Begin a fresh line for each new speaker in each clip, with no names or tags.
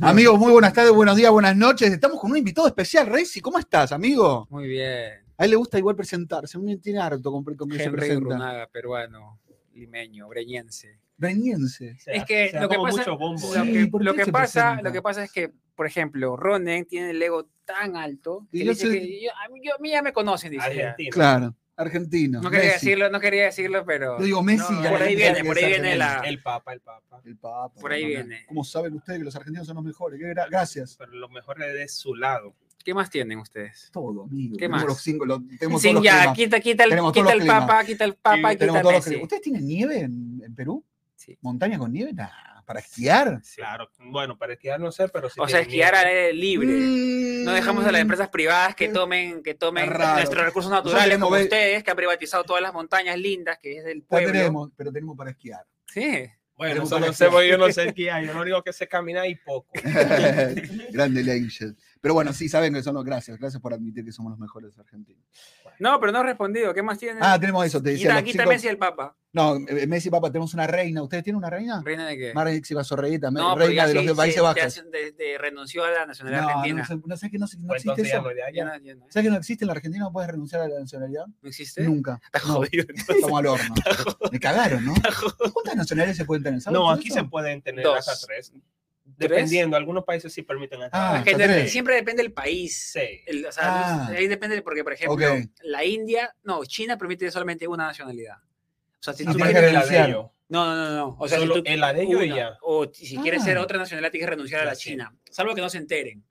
Amigos, muy buenas tardes, buenos días, buenas noches. Estamos con un invitado especial, Renzi. ¿Cómo estás, amigo?
Muy bien.
A él le gusta igual presentarse, un tiene harto con, con que se
Henry
presenta.
Brunaga, peruano, limeño, breñense.
Reñense.
Es que
se da
lo que
como
pasa-
mucho bombo.
Sí,
lo que,
¿por
lo
qué
que
se
pasa,
presenta?
lo que pasa es que, por ejemplo, Ronen tiene el ego tan alto
Y
que
yo
dice
soy-
que yo- a, mí, yo- a mí ya me conocen, dice. ya.
Argentina.
Claro, argentino.
No quería
Messi.
decirlo, no quería decirlo, pero
Yo digo Messi.
No,
ya
por
la gente
ahí viene,
sabe
por
que
ahí
es
viene la-
argentino.
El Papa, el Papa.
El Papa.
Por ahí
¿no?
viene.
¿Cómo saben ustedes que los argentinos son los mejores? Qué gra- Gracias.
Pero lo mejor es de su lado.
¿qué más tienen ustedes?
Todo, amigo.
¿Qué
Tenemos
más?
los cinco, los- tenemos
Sin
todos los
ya,
climas.
quita, quita el,
Tenemos todos
quita
los
el
climas.
papa, quita el papa,
Sí,
quita
Tenemos
el
todos los
Messi.
climas. ¿Ustedes tienen nieve en, en Perú?
Sí.
¿Montaña con nieve? Nah, para esquiar.
Claro. Bueno, para esquiar no sé, pero sí.
O sea,
tiene
esquiar al
nieve.
Mm.
aire libre. No dejamos a las empresas privadas que tomen, que tomen
Raro.
nuestros recursos
Nosotros
naturales como
tenemos-
ustedes, que han privatizado todas las montañas lindas que es del
Ya
pueblo.
pues tenemos, pero tenemos para esquiar.
Sí.
Bueno,
Tenemos
eso
para
no sé,
esquiar.
porque yo no sé esquiar. Yo lo único que sé es caminar y poco.
Grande la Angel. Pero bueno, sí, saben que son los gracias. Gracias por admitir que somos los mejores argentinos.
No, pero no has respondido. ¿Qué más tienen?
Ah, tenemos eso, te decía.
quita,
los
quita
cinco-
Messi el Papa.
No, eh, Messi, papá, tenemos una reina. ¿Ustedes tienen una reina?
¿Reina de qué?
Marix y Basorreguita, me-
no, pero
reina
ya
de los
sí,
de
sí,
Países
ya
Bajos.
se- de- de- renunció a la nacionalidad
No, no,
argentina.
sé- no sé que no, sé- no
Pues
existe
entonces
eso.
ya no, ya,
Ya
ya.
no, ya no. ¿eh?
¿Sabes que no existe en la Argentina? ¿No puedes renunciar a la nacionalidad?
¿No existe?
Nunca.
Está
No,
jodido.
estamos al horno. Me cagaron, ¿no? ¿Cuántas nacionalidades se cuentan? ¿Sabes
No,
todo
aquí
eso?
se pueden tener
Dos.
hasta tres. Dependiendo, algunos países sí permiten hasta
Ah,
Que
hasta
de-
tres.
siempre depende del país.
seis.
El- o sea,
Ah.
ahí depende, porque por ejemplo,
Ok.
la India, no, China permite solamente una nacionalidad. O sea, si
No
tú
tiene que
Tiene
quieres-
el
renunciar.
adeño.
No, no, no, no. O sea, si
Solo
tú-
el adeño y
una.
ya.
O si quieres
Ah.
ser otra nacionalidad, tienes que renunciar a la
Ya sé.
China. Salvo que no se enteren.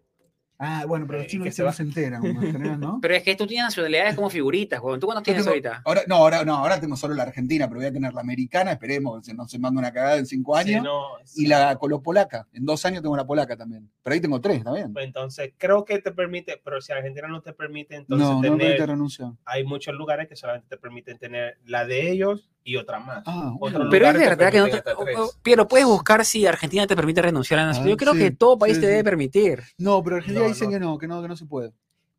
Ah, bueno, pero los
Eh,
chinos
que
que
se
no
va.
se enteran, en general, ¿no?
Pero es que tú tienes nacionalidades como figuritas, weón. ¿Tú cuántas
Yo
tienes
tengo-
ahorita?
Ahora, no, ahora, no, ahora tengo solo la argentina, pero voy a tener la americana, esperemos, que se- no se manda una cagada en cinco
Sí,
años.
no,
Y la colopolaca, en dos años tengo la polaca también. Pero ahí tengo tres también.
Pues Entonces, creo que te permite, pero si Argentina no te permite, entonces
No, no me
tener-
que renunciar.
hay muchos lugares que solamente te permiten tener la de ellos y otra más.
Ah,
Otro
bueno.
Pero es
lugares te
verdad que no te.
permiten hasta
o- o-
tres.
Pero puedes buscar si Argentina te permite renunciar a la nacionalidad. Yo creo
Ah, sí,
que todo país
sí,
te
sí.
debe permitir.
No, pero Argentina
No,
dice
no.
que no, que no, que no se puede.
Y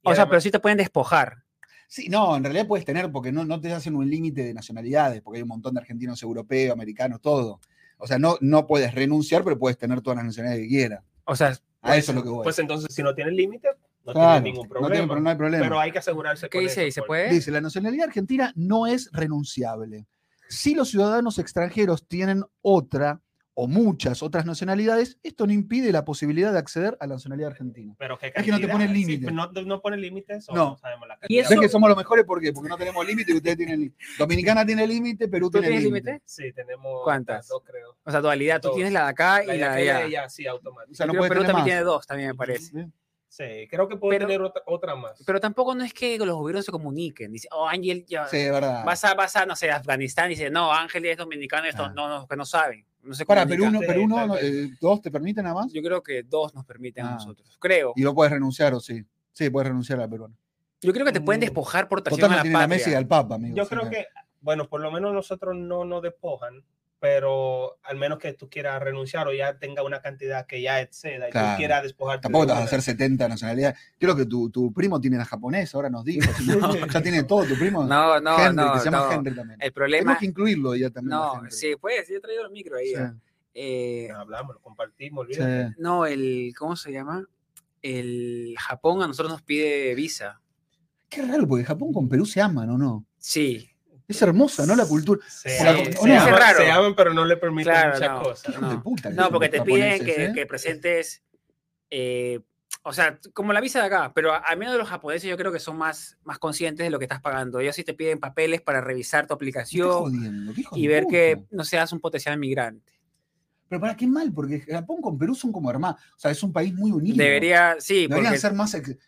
O sea,
además-
pero sí te pueden despojar.
Sí, no, en realidad puedes tener, porque no, no te hacen un límite de nacionalidades, porque hay un montón de argentinos europeos, americanos, todo. O sea, no, no puedes renunciar, pero puedes tener todas las nacionalidades que quieras.
O sea,
A eso es lo que voy.
Pues entonces, si no tienes límite, no
Claro,
tienes ningún
No, tengo-
problema.
pero no hay problema.
Pero hay que asegurarse.
¿qué
con
dice
eso,
ahí? ¿Se
porque-
puede?
Dice, la nacionalidad argentina no es renunciable. Si los ciudadanos extranjeros tienen otra o muchas otras nacionalidades, esto no impide la posibilidad de acceder a la nacionalidad argentina.
Pero ¿qué
que no te
cantidad?
ponen
Sí,
límite.
pero no, no ponen límites. o
No.
sabemos la
Y
cantidad.
¿Ves
eso-
que somos los mejores? ¿Por qué? Porque no tenemos límite y ustedes tienen límite. Dominicana tiene límite, Perú
¿Tú
tiene
tienes
límite.
límite?
Sí, tenemos
¿Cuántas?
las dos, creo.
O sea, dualidad. Tú
Dos.
tienes la de acá y la
La
de
de
allá.
ella, sí,
O
automático.
sea, no
Creo
puede
que Perú
tener
también
más.
tiene dos, también me parece.
¿Sí?
Sí, creo que puedo
Pero-
tener otra, otra más.
Pero tampoco no es que los gobiernos se comuniquen. Dice, oh, Ángel, ya,
Sí, es verdad.
vas, a, vas a, no sé, Afganistán. Dice, no, Ángel es dominicano, esto
Ah.
no, no, que no saben. No se
Para Perú,
comunican.
no,
Sí,
Perú no,
tal vez.
eh, dos te permiten nada más.
Yo creo que dos nos permiten
Ah.
a nosotros. Creo.
Y no puedes renunciar, o sí. Sí, puedes renunciar a la peruana.
Yo creo que te pueden
Mm.
despojar por traición
Total,
a
no
la
tiene la
patria.
Messi y al Papa, amigo.
Yo
así
creo que, bueno, por lo menos nosotros no nos despojan, pero al menos que tú quieras renunciar o ya tenga una cantidad que ya exceda y
Claro.
tú quieras despojarte. de
Tampoco te vas a
una.
hacer 70 nacionalidades. Creo que tu, tu primo tiene la japonesa, ahora nos dijo. si no, ya tiene todo, tu primo.
No, no,
Henry,
no.
que se llama
no.
Henry también.
El
Tenemos
problema.
que incluirlo ya también. a
No,
Henry.
sí, pues, yo he traído el micro ahí.
Sí,
ya. Eh,
No, hablamos, lo compartimos,
sí.
olvídate.
No, el, ¿cómo se llama? El Japón a nosotros nos pide visa.
Qué raro, porque Japón con Perú se aman, ¿o no?
Sí,
Es hermosa, ¿no? La cultura.
Se,
Sí,
aman-
sí,
se
es
aman-
raro.
se aman, pero no le permiten
Claro,
muchas
no.
cosas.
Hijos
No.
de puta que
No,
son
porque
los
te piden
japoneses,
que,
¿eh?
que presentes, eh, o sea, t- como la visa de acá, pero a- al menos los japoneses yo creo que son más, más conscientes de lo que estás pagando. Ellos sí te piden papeles para revisar tu
Me está
aplicación
jodiendo, qué hijo
y
de
ver que
puta.
no seas un potencial migrante.
Pero para qué mal, porque Japón con Perú son como hermanos. O sea, es un país muy unido.
Debería, sí,
Deberían
porque
ser más. ex-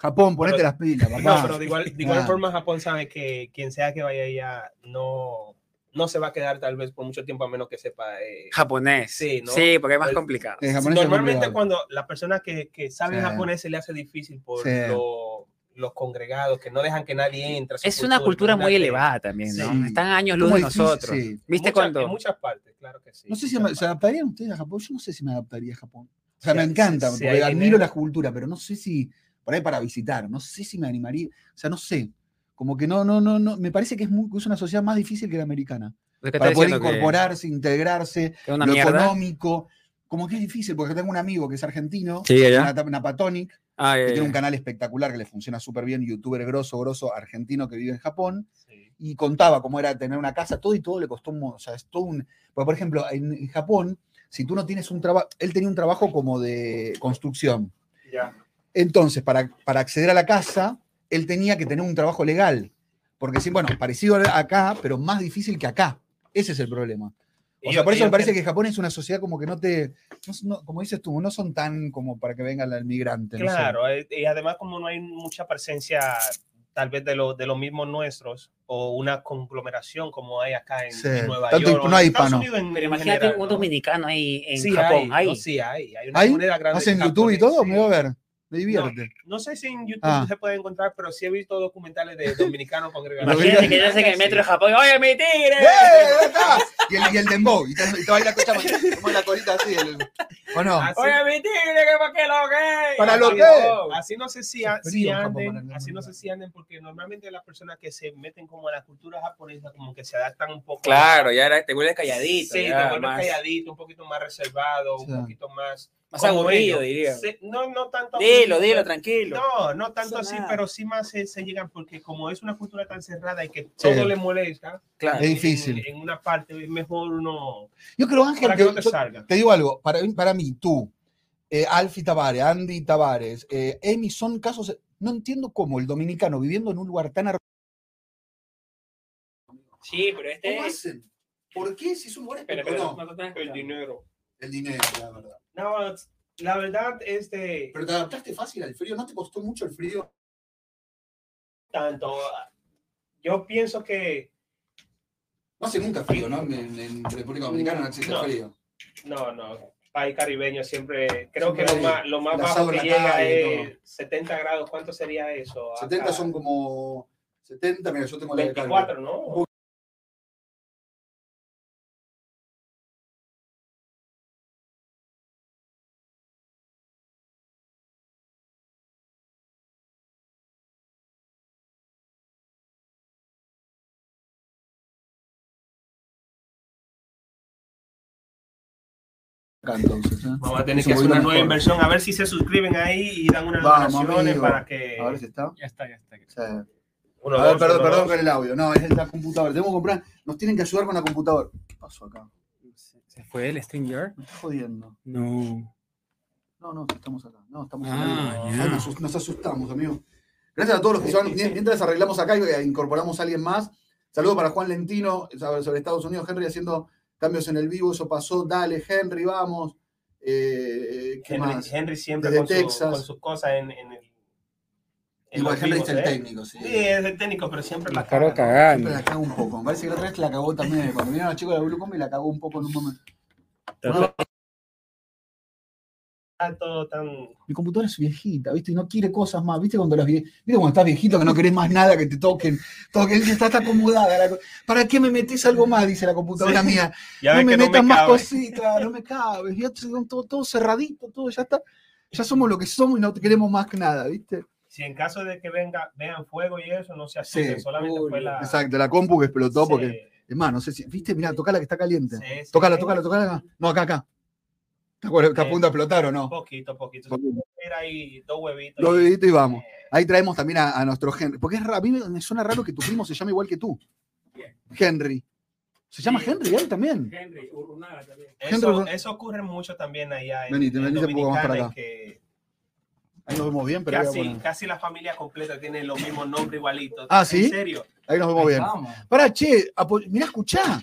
Japón, ponete
Pero-
las pilas, papá. Ah.
No, pero de igual, de igual
Claro.
forma Japón sabe que quien sea que vaya allá no, no se va a quedar tal vez por mucho tiempo a menos que sepa. eh,
japonés. Sí,
Sí, ¿no?
porque es más
El-
complicado.
El japonés es
Normalmente
complicado.
cuando la persona que, que sabe
Sí.
japonés se le hace difícil por
Sí.
lo- los congregados que no dejan que nadie entre. a su
Es una cultura muy
imagínate.
elevada también, ¿no?
Sí.
Están años
Como
luz de
difícil,
nosotros.
sí.
¿Viste
Muchas- En
cuando?
muchas partes, claro que sí.
No sé si
muchas
me- se
partes.
adaptarían ustedes a Japón. Yo no sé si me adaptaría a Japón. O sea,
Sí,
me
sí,
encanta,
sí,
porque
hay
admiro
dinero.
la cultura, pero no sé si. por ahí para visitar. No sé si me animaría, o sea, no sé. Como que no, no, no, no. Me parece que es, muy- es una sociedad más difícil que la americana.
¿Qué está
Para poder
diciendo que-
incorporarse, integrarse,
que es una
lo
mierda?
económico. Como que es difícil, porque tengo un amigo que es argentino,
Sí, allá.
Nat- Napatonic,
Ah,
que
ya, ya,
tiene un
ya.
canal espectacular que le funciona súper bien, youtuber grosso, grosso, argentino que vive en Japón
Sí.
y contaba cómo era tener una casa, todo y todo le costó un, mo- o sea, es todo un, porque, por ejemplo, en, en Japón, si tú no tienes un trabajo, él tenía un trabajo como de construcción.
Ya.
Entonces, para, para acceder a la casa, él tenía que tener un trabajo legal, porque sí, bueno, parecido a acá, pero más difícil que acá. Ese es el problema. O
Ellos-
sea, por eso me
ellos
parece
tienen-
que Japón es una sociedad como que no te, no s- no- como dices tú, no son tan como para que venga el migrante. no sé.
Claro, eh, y además como no hay mucha presencia tal vez de, lo- de los mismos nuestros o una conglomeración como hay acá en,
Sí,
en Nueva
tanto
York.
hip-
o
no hay
en Estados
hispano.
Unidos en-
Pero
en
imagínate
general,
un
¿no?
dominicano ahí en
Sí,
Japón.
hay,
ahí.
no, sí, hay. Hay una
¿Hay?
comunidad grande
¿Hacen
de
YouTube y todo?
japoneses.
Me voy a ver, me divierte.
No sé si en YouTube
Ah.
se puede encontrar, pero sí he visto documentales de dominicanos congregados.
Imagínate que yo sé que el metro de Japón. ¡Oye, mi tigre!
¡Eh! ahí está! Y el, y el dembow. Y te, y te baila cocha, como la colita así. el- ¿O no?
Así-
¡Oye, mi tigre! ¿Qué para qué lo que?
Para
lo
que-
Así no sé si,
Qué
a- si
frío en Japón para
anden,
el
así no
mundo.
sé si anden, porque normalmente las personas que se meten como a la cultura japonesa, como que se adaptan un poco.
Claro, ya era- te vuelves calladito.
Sí,
ya,
te vuelves
más-
calladito, un poquito más reservado,
Sí.
un poquito más.
Más
como
aburrido,
ellos.
diría.
Sí, no, no tanto.
Dilo,
aburrido,
dilo,
pero-
tranquilo.
No, no tanto
pasa
así,
nada.
pero sí más se, se llegan, porque como es una cultura tan cerrada y que todo le molesta,
claro.
Es difícil.
En, en una parte es mejor uno.
Yo creo, Ángel,
Para que
que,
no te
yo-
salga.
te digo algo. Para, mí- para mí, tú, eh, Alfie Tavares, Andy Tavares, eh, Emi, son casos. No entiendo cómo el dominicano viviendo en un lugar tan ar-
Sí, pero este
¿Cómo hacen? ¿Por qué? Si es un lugar
Espera,
espectacular.
espera, no, no te estás escuchando.
dinero.
El dinero, la verdad.
No, la verdad este, es de.
Pero te adaptaste fácil al frío. ¿No te costó mucho el frío?
tanto. Yo pienso que
No hace nunca frío, ¿no? En, en República Dominicana no existe
No.
frío.
no, no. País caribeño siempre,
Siempre
creo que lo
hay
más, lo más
el asado en
bajo que
la
llega
calle,
es 70 grados. ¿Cuánto sería eso? Acá,
70 son como. 70, mira, yo tengo la de Carmen.
24, ¿no?
acá, entonces, ¿eh?
Vamos a tener
Eso
que hacer
voy a
una
ir
nueva
mejor.
inversión, a ver si se suscriben ahí y dan unas
Vamos,
donaciones
amigo.
para que...
A ver si está.
Ya está, ya está.
Sí.
Uno,
A ver,
dos,
perdón,
uno,
perdón
dos.
con el audio. No, es la computadora. Tenemos que comprar. Nos tienen que ayudar con la computadora. ¿Qué pasó acá?
¿Se fue el StreamYard?
Me está jodiendo.
No.
No, no, estamos acá. No, estamos
Ah,
acá.
ya.
Ay, nos, asus- nos asustamos, amigo. Gracias a todos los que llegaron. Mien- Mientras arreglamos acá y eh, incorporamos a alguien más. Saludo para Juan Lentino sobre, sobre Estados Unidos. Henry haciendo cambios en el vivo. Eso pasó. Dale, Henry, vamos. Eh, ¿Qué
Henry,
más?
Henry siempre
Desde
con, su-
Texas.
con sus cosas en, en el... en
Igual
los
Henry
vivos,
es el
¿eh?
técnico, sí.
Sí, es el técnico, pero siempre la
Caro
caga, ¿no?
Siempre
cagando.
la cago un poco. Me parece que la otra vez la cagó también. Cuando vinieron los chicos de la Blue Combi la cagó un poco en un momento. Bueno,
Está todo tan...
mi computadora es vie- viejita, ¿viste? Y no quiere cosas más, ¿viste? Cuando las vie- ¿Viste cuando estás viejito que no querés más nada que te toquen? Toquen que estás acomodada. la co- ¿Para qué me metes algo más? Dice la computadora
Sí.
mía.
Ya
no
ves
me
que
metas más
cabe.
cositas, no me cabes. Ya son todo, todo cerradito, todo ya está. Ya somos lo que somos y no te queremos más que nada, ¿viste?
Si en caso de que venga, vean fuego y eso, no se asusten,
Sí.
solamente
Uy,
fue la...
Exacto, la compu que explotó
Sí,
porque. Es más, no sé si. ¿Viste? Mirá, tocala que está caliente.
sí, sí.
Tocala, tocala, tocala. acá. No, acá, acá. ¿Te acuerdas? ¿Está a punto de explotar o no?
Poquito, poquito. Era ahí dos huevitos.
Lo bebito y vamos.
Eh,
Ahí traemos también a, a nuestro Henry. Porque es ra- a mí me, me suena raro que tu primo se llame igual que tú. Henry. ¿Se llama
Sí.
Henry él también?
Henry, Urrunaga también.
Eso,
Henry-
eso ocurre mucho también allá en,
pues, Venite,
en
venite un poco más para
Dominicana,
acá.
que
Ahí nos vemos bien, pero ahí, voy a
casi,
poner.
casi la familia completa tiene los mismos nombres igualitos.
Ah, ¿sí?
En serio.
Ahí nos vemos bien.
Vamos.
Pará, che, apo- mirá, escuchá.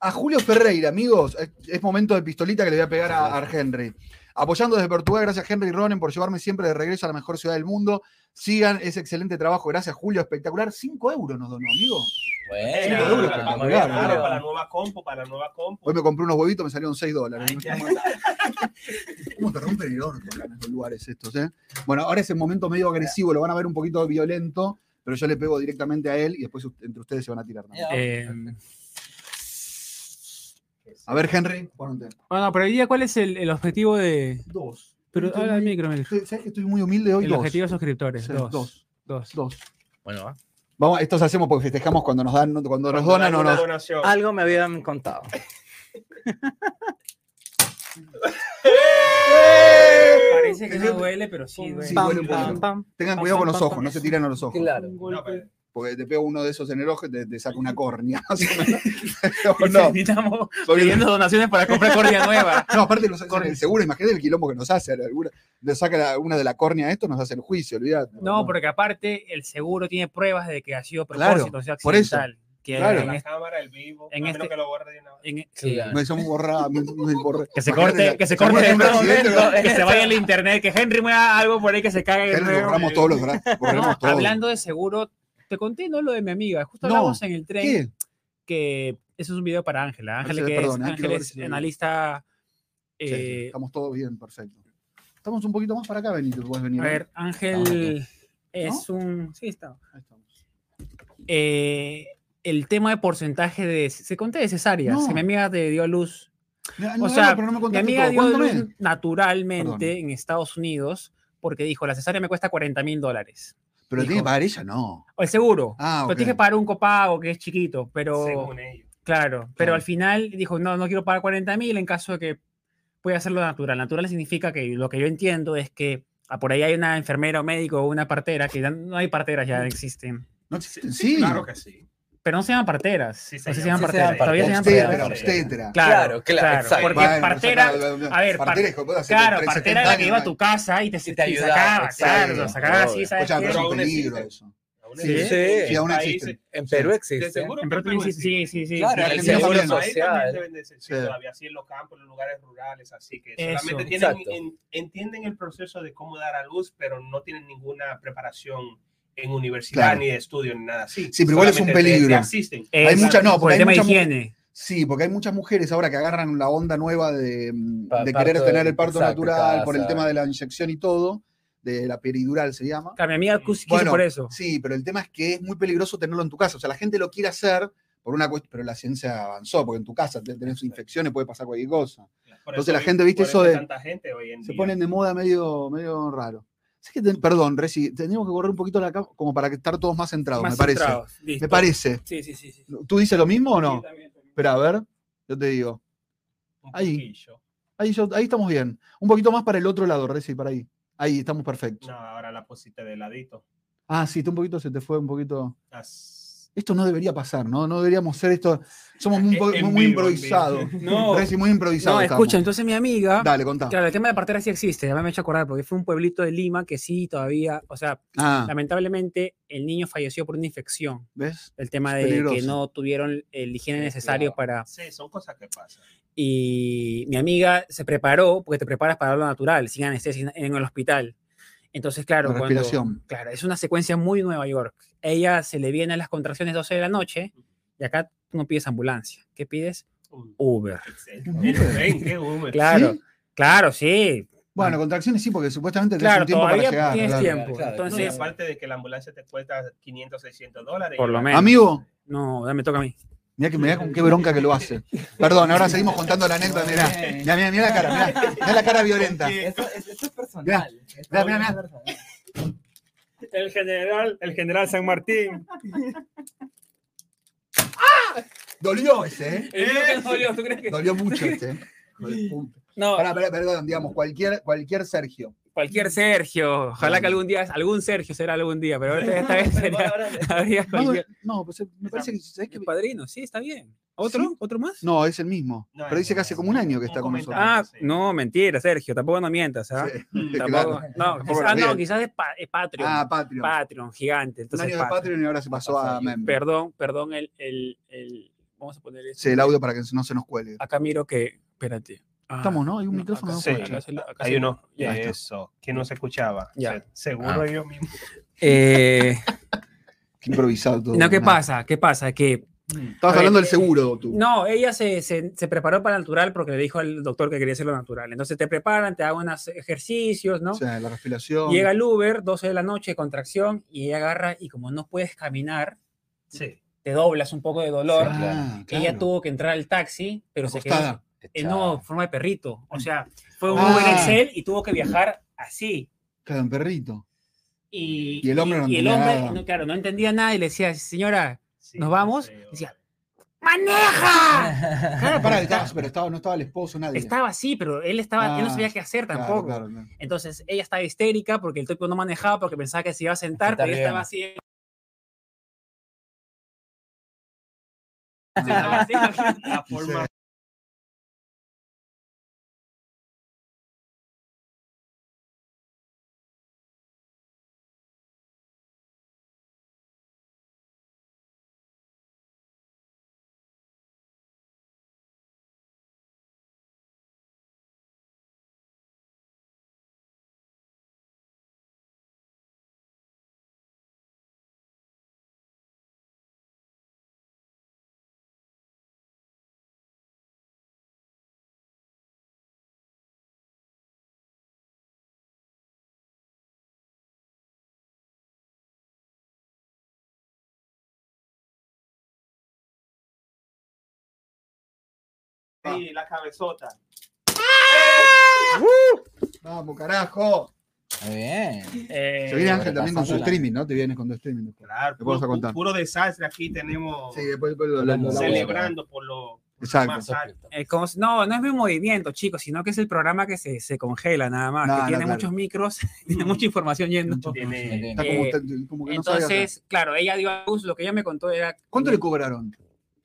A Julio Ferreira, amigos, es, es momento de pistolita que le voy a pegar a, a Henry. Apoyando desde Portugal, gracias Henry Ronen por llevarme siempre de regreso a la mejor ciudad del mundo. Sigan ese excelente trabajo, gracias Julio, espectacular. 5 euros nos donó, amigo.
Bueno,
Eh,
Cinco euros,
para,
espectacular,
para-
boludo.
para la nueva compu, para la nueva compu.
Hoy me compré unos huevitos, me salieron 6 dólares.
Ay, ya.
¿Cómo te rompen el orto acá en los lugares estos, eh? Bueno, ahora es el momento medio agresivo, lo van a ver un poquito violento, pero yo le pego directamente a él y después u- entre ustedes se van a tirar. también.
Eh,
Em,
A ver, Henry, ponte.
Bueno, pero hoy día, ¿cuál es el, el objetivo de,
Dos.
Pero
Estoy
habla al
muy-
micro, Mel.
Sabes que estoy muy humilde hoy.
El
dos.
objetivo de suscriptores.
Sí,
Dos. Dos.
dos, dos.
Bueno, va.
Vamos, estos hacemos porque festejamos cuando nos dan, cuando nos
Cuando
donan,
hago
no
una
nos.
donación.
Algo me habían contado.
Parece que no duele, pero sí duele.
Sí,
Pam,
duele un
pam,
poquito.
pam.
Tengan cuidado con los ojos, no se tiran a los ojos.
Claro.
No, pero-
Porque te pega uno de esos en el ojo y te, te saca una córnea. más o menos. O Pues no,
Necesitamos
porque-
Pidiendo donaciones para comprar correa nueva.
no, aparte nos hacen el seguro, imagínate el quilombo que nos hace. Alguna, le saca la- una de la córnea a esto, nos hace el juicio, olvídate.
No, porque aparte el seguro tiene pruebas de que ha sido a
Claro,
propósito, o sea,
por eso.
accidental. Que,
Claro.
en
la
este-
cámara, el vivo.
en
a menos
este-
que lo borre de una vez.
en- sí.
Claro.
Me somos borrados, me, me borra-
Que se
Imagínate
corte,
la-
que se
seguro
corte
que
en
un
un
accidente,
momento,
¿no?
que se vaya el internet, que Henry mueva algo por ahí que se cague. de
Henry,
nuevo.
borramos todos los bra- borramos
No,
todos.
hablando de seguro, te conté no lo de mi amiga, justo
No,
hablamos en el tren
¿Qué?
que eso es un video para Ángela, Ángela
Ángela,
que
perdón,
es,
ah,
Ángela
quiero ver
es
si lo vi.
analista
Sí, sí,
eh,
estamos todos bien, perfecto. Estamos un poquito más para acá, Benito, puedes venir. ¿eh?
a
¿no?
ver, Ángel es un sí está.
Ahí estamos.
Eh, el tema de porcentaje de se conté de cesáreas,
No.
si mi amiga te dio a luz
No, no,
sea,
no, pero no me
Mi
contaste
amiga
todo.
dio a
Cuéntame.
luz naturalmente
Perdón.
en Estados Unidos porque dijo, la cesárea me cuesta 40 mil dólares.
Pero tiene que
Dijo.
pagar ella, no.
O el seguro.
Ah,
Pero
ok.
tienes que pagar un copago que es chiquito, pero...
Según ellos.
Claro, pero
Claro.
al final dijo, no, no quiero pagar 40 mil en caso de que pueda hacerlo natural. Natural significa que lo que yo entiendo es que ah, por ahí hay una enfermera o médico o una partera, que ya no hay parteras, ya existen.
No existen, sí.
Claro que sí.
Pero no se llaman parteras.
Sí,
no
se
se
llaman.
llaman
Sí se llaman
parteras. Todavía se llaman
parteras.
obstetra,
parteras.
obstetra.
Claro,
Claro, claro,
claro.
exacto.
Porque
Bueno,
partera,
saca-
a ver,
partera,
par-
hijo, puede hacer
claro,
30,
partera era la que iba a
70
tu casa y te,
Y te
y
ayudaba,
sacaba,
exacto,
claro, lo sacaba así,
obvio.
años.
¿sabes?
Oye, pero
qué?
es un
Aún existe.
peligro eso.
Aún
Sí,
existe.
sí, aún
Países-
existen.
Este, En Perú
De
existe.
seguro
En
que
Perú
países-
existe, sí, sí, sí.
Claro,
sí.
el
Sí,
seguro
ahí
social.
también deben de ser- sí,
Sí.
todavía así en los campos, en los lugares rurales, así que
Eso.
solamente tienen,
Exacto.
en- entienden el proceso de cómo dar a luz, pero no tienen ninguna preparación en universidad,
Claro.
ni de estudio, ni nada así.
Sí, pero igual es un
Solamente
peligro.
te- te asisten.
Hay
Es
mucha- no,
por
porque hay
el tema de
mucha mu-
higiene.
Sí, porque hay muchas mujeres ahora que agarran la onda nueva de, mm,
Pa-
de querer
parto
tener
de-
el parto
exacto,
natural
casa.
por el tema de la inyección y todo, de la peridural se llama.
A mi amiga Cusi quiso
Bueno,
por eso.
Sí, pero el tema es que es muy peligroso tenerlo en tu casa. O sea, la gente lo quiere hacer por una cuestión, pero la ciencia avanzó, porque en tu casa te- tenés infecciones, puede pasar cualquier cosa.
Por
Entonces la
hay-
gente, ¿viste
por
eso de-
tanta gente hoy en
Se
día.
ponen de moda medio, medio raro. Sé que ten- perdón, Reci, tenemos que correr un poquito la cama como para que estar todos más centrados,
Más
me parece.
centrados, listo.
Me parece.
Sí, sí, sí. sí.
¿Tú dices lo mismo o no?
Sí, también, también.
Espera, a ver, yo te digo.
Un
ahí.
poquillo.
Ahí, yo- ahí estamos bien. Un poquito más para el otro lado, Reci, para ahí. Ahí estamos perfectos.
No, ahora la pusiste de ladito.
Ah, sí, tú un poquito se te fue un poquito.
Las-
Esto no debería pasar, ¿no? No deberíamos ser esto. Somos muy,
Ah, eh, En
po-
vivo,
muy
en vivo.
improvisados.
No.
Reci, muy improvisados.
No,
estamos.
escucha, entonces mi amiga,
Dale, contá.
claro, el tema de partera sí existe, ya me he hecho acordar, porque fue un pueblito de Lima que sí, todavía, o sea,
Ah,
lamentablemente el niño falleció por una infección,
¿ves?
el tema
Es
de que
peligroso.
no tuvieron el higiene necesario para...
Sí, son cosas que pasan.
Y mi amiga se preparó, porque te preparas para lo natural, sin anestesia, sin- en el hospital. Entonces, claro,
La
cuando-
respiración.
Claro, es una secuencia muy Nueva York. Ella se le vienen las contracciones 12 de la noche y acá tú no pides ambulancia. ¿Qué pides?
Un-
Uber.
Excelente.
Un Uber.
Ven, qué Uber.
Claro, claro, sí.
Bueno, contracciones sí, porque supuestamente tenés
Claro,
un tiempo para
todavía
llegar.
tienes
claro.
tiempo.
claro, claro.
No, y
Entonces,
aparte de que la ambulancia te cuesta 500, 600 dólares.
Por lo
y-
menos.
Amigo,
no, ya me toca a mí.
mirá, que, mirá con qué bronca que lo hace. Perdón, ahora seguimos contando la anécdota, mirá. Mirá, mirá, mirá la cara, mirá, mirá la cara violenta.
Eso, eso- eso es personal. Eso es
Mira, mira, mira.
personal.
El general, el general San Martín.
Dolió ese, ¿eh?
¿Tú crees que?
Dolió mucho este. ¿eh? Hijo de puta.
No,
Pará, pará, perdón, digamos, cualquier, cualquier Sergio.
cualquier Sergio. Ojalá que algún día, algún Sergio será algún día, pero ahorita esta vez
Ahora,
será.
ahora,
habría
No,
cualquier-
no, pues me parece que, ¿sabés qué?
El padrino, sí, está bien. ¿Otro?
¿Sí?
¿Otro más?
No, es el mismo.
No,
Pero dice que hace como un año que está
un
con nosotros.
Ah,
comentario. sí.
no, mentira, Sergio, tampoco no mientas, ¿ah?
Sí, claro.
Tampoco- No,
Tampoco
quizás, ah,
lo
no,
vi.
quizás es, pa- es Patreon.
Ah, Patreon.
Patreon, gigante.
un
Entonces,
año de
Patreon.
Patreon y ahora se pasó a Mem.
Perdón, perdón, el, el, el- Vamos a poner esto.
Sí, el audio para que no se nos cuelgue.
Acá miro que. Espérate. Ah,
Estamos, ¿no? Hay un
no,
micrófono.
acá
no
sí,
escucha.
acá se- acá
Hay
se-
uno.
Ya está.
Eso, que no se escuchaba.
Ya.
Se- Seguro
Ah.
yo mismo.
Eh,
Qué improvisado todo.
no, ¿qué
nada.
pasa? ¿Qué pasa? Que.
Estabas
A
hablando
ver,
del seguro, tú.
No, ella se, se, se preparó para natural porque le dijo al doctor que quería hacerlo natural. Entonces te preparan, te hagan unos ejercicios, ¿no?
O sea, la respiración.
Llega el Uber, 12 de la noche, contracción, y ella agarra, y como no puedes caminar,
Sí.
te doblas un poco de dolor.
Ah,
Ella tuvo que entrar al taxi, pero se quedó,
Acostada.
eh, no, forma de perrito. O sea, fue un
Ah.
Uber Excel y tuvo que viajar así.
Claro, un perrito.
Y,
Y el hombre no
y el
entendía
hombre,
nada.
no, claro, no entendía nada y le decía, señora,
Sí,
¿Nos vamos?
sí,
Decía, ¡maneja!
Claro, pará, estaba- pero estaba, no estaba el esposo, nadie.
Estaba así, pero él estaba, él no
Ah,
sabía qué hacer
Claro,
tampoco.
claro, claro.
Entonces ella estaba histérica porque el tipo no manejaba porque pensaba que se iba a sentar,
Está
pero ella
bien.
estaba así. estaba así, imagínate.
la forma y la cabezota.
Vamos, carajo.
Muy bien.
Eh,
Se viene Ángel también con su
pasándola.
streaming, ¿no? Te vienes con tu streaming. después.
Claro,
Te vamos a
puro,
contar.
puro desastre aquí tenemos
Sí, después, después lo, lo- lo- lo-
celebrando por lo por
Exacto.
lo más alto.
eh, como si- no, no es mi movimiento, chicos, sino que es el programa que se, se congela nada más,
No,
que
no,
tiene
claro.
muchos micros, tiene mucha información yendo.
Tiene-
Está como,
Eh,
tan- como que no sabe hacer.
Entonces, claro, ella dio a luz, lo que ella me contó era...
¿Cuánto le cobraron?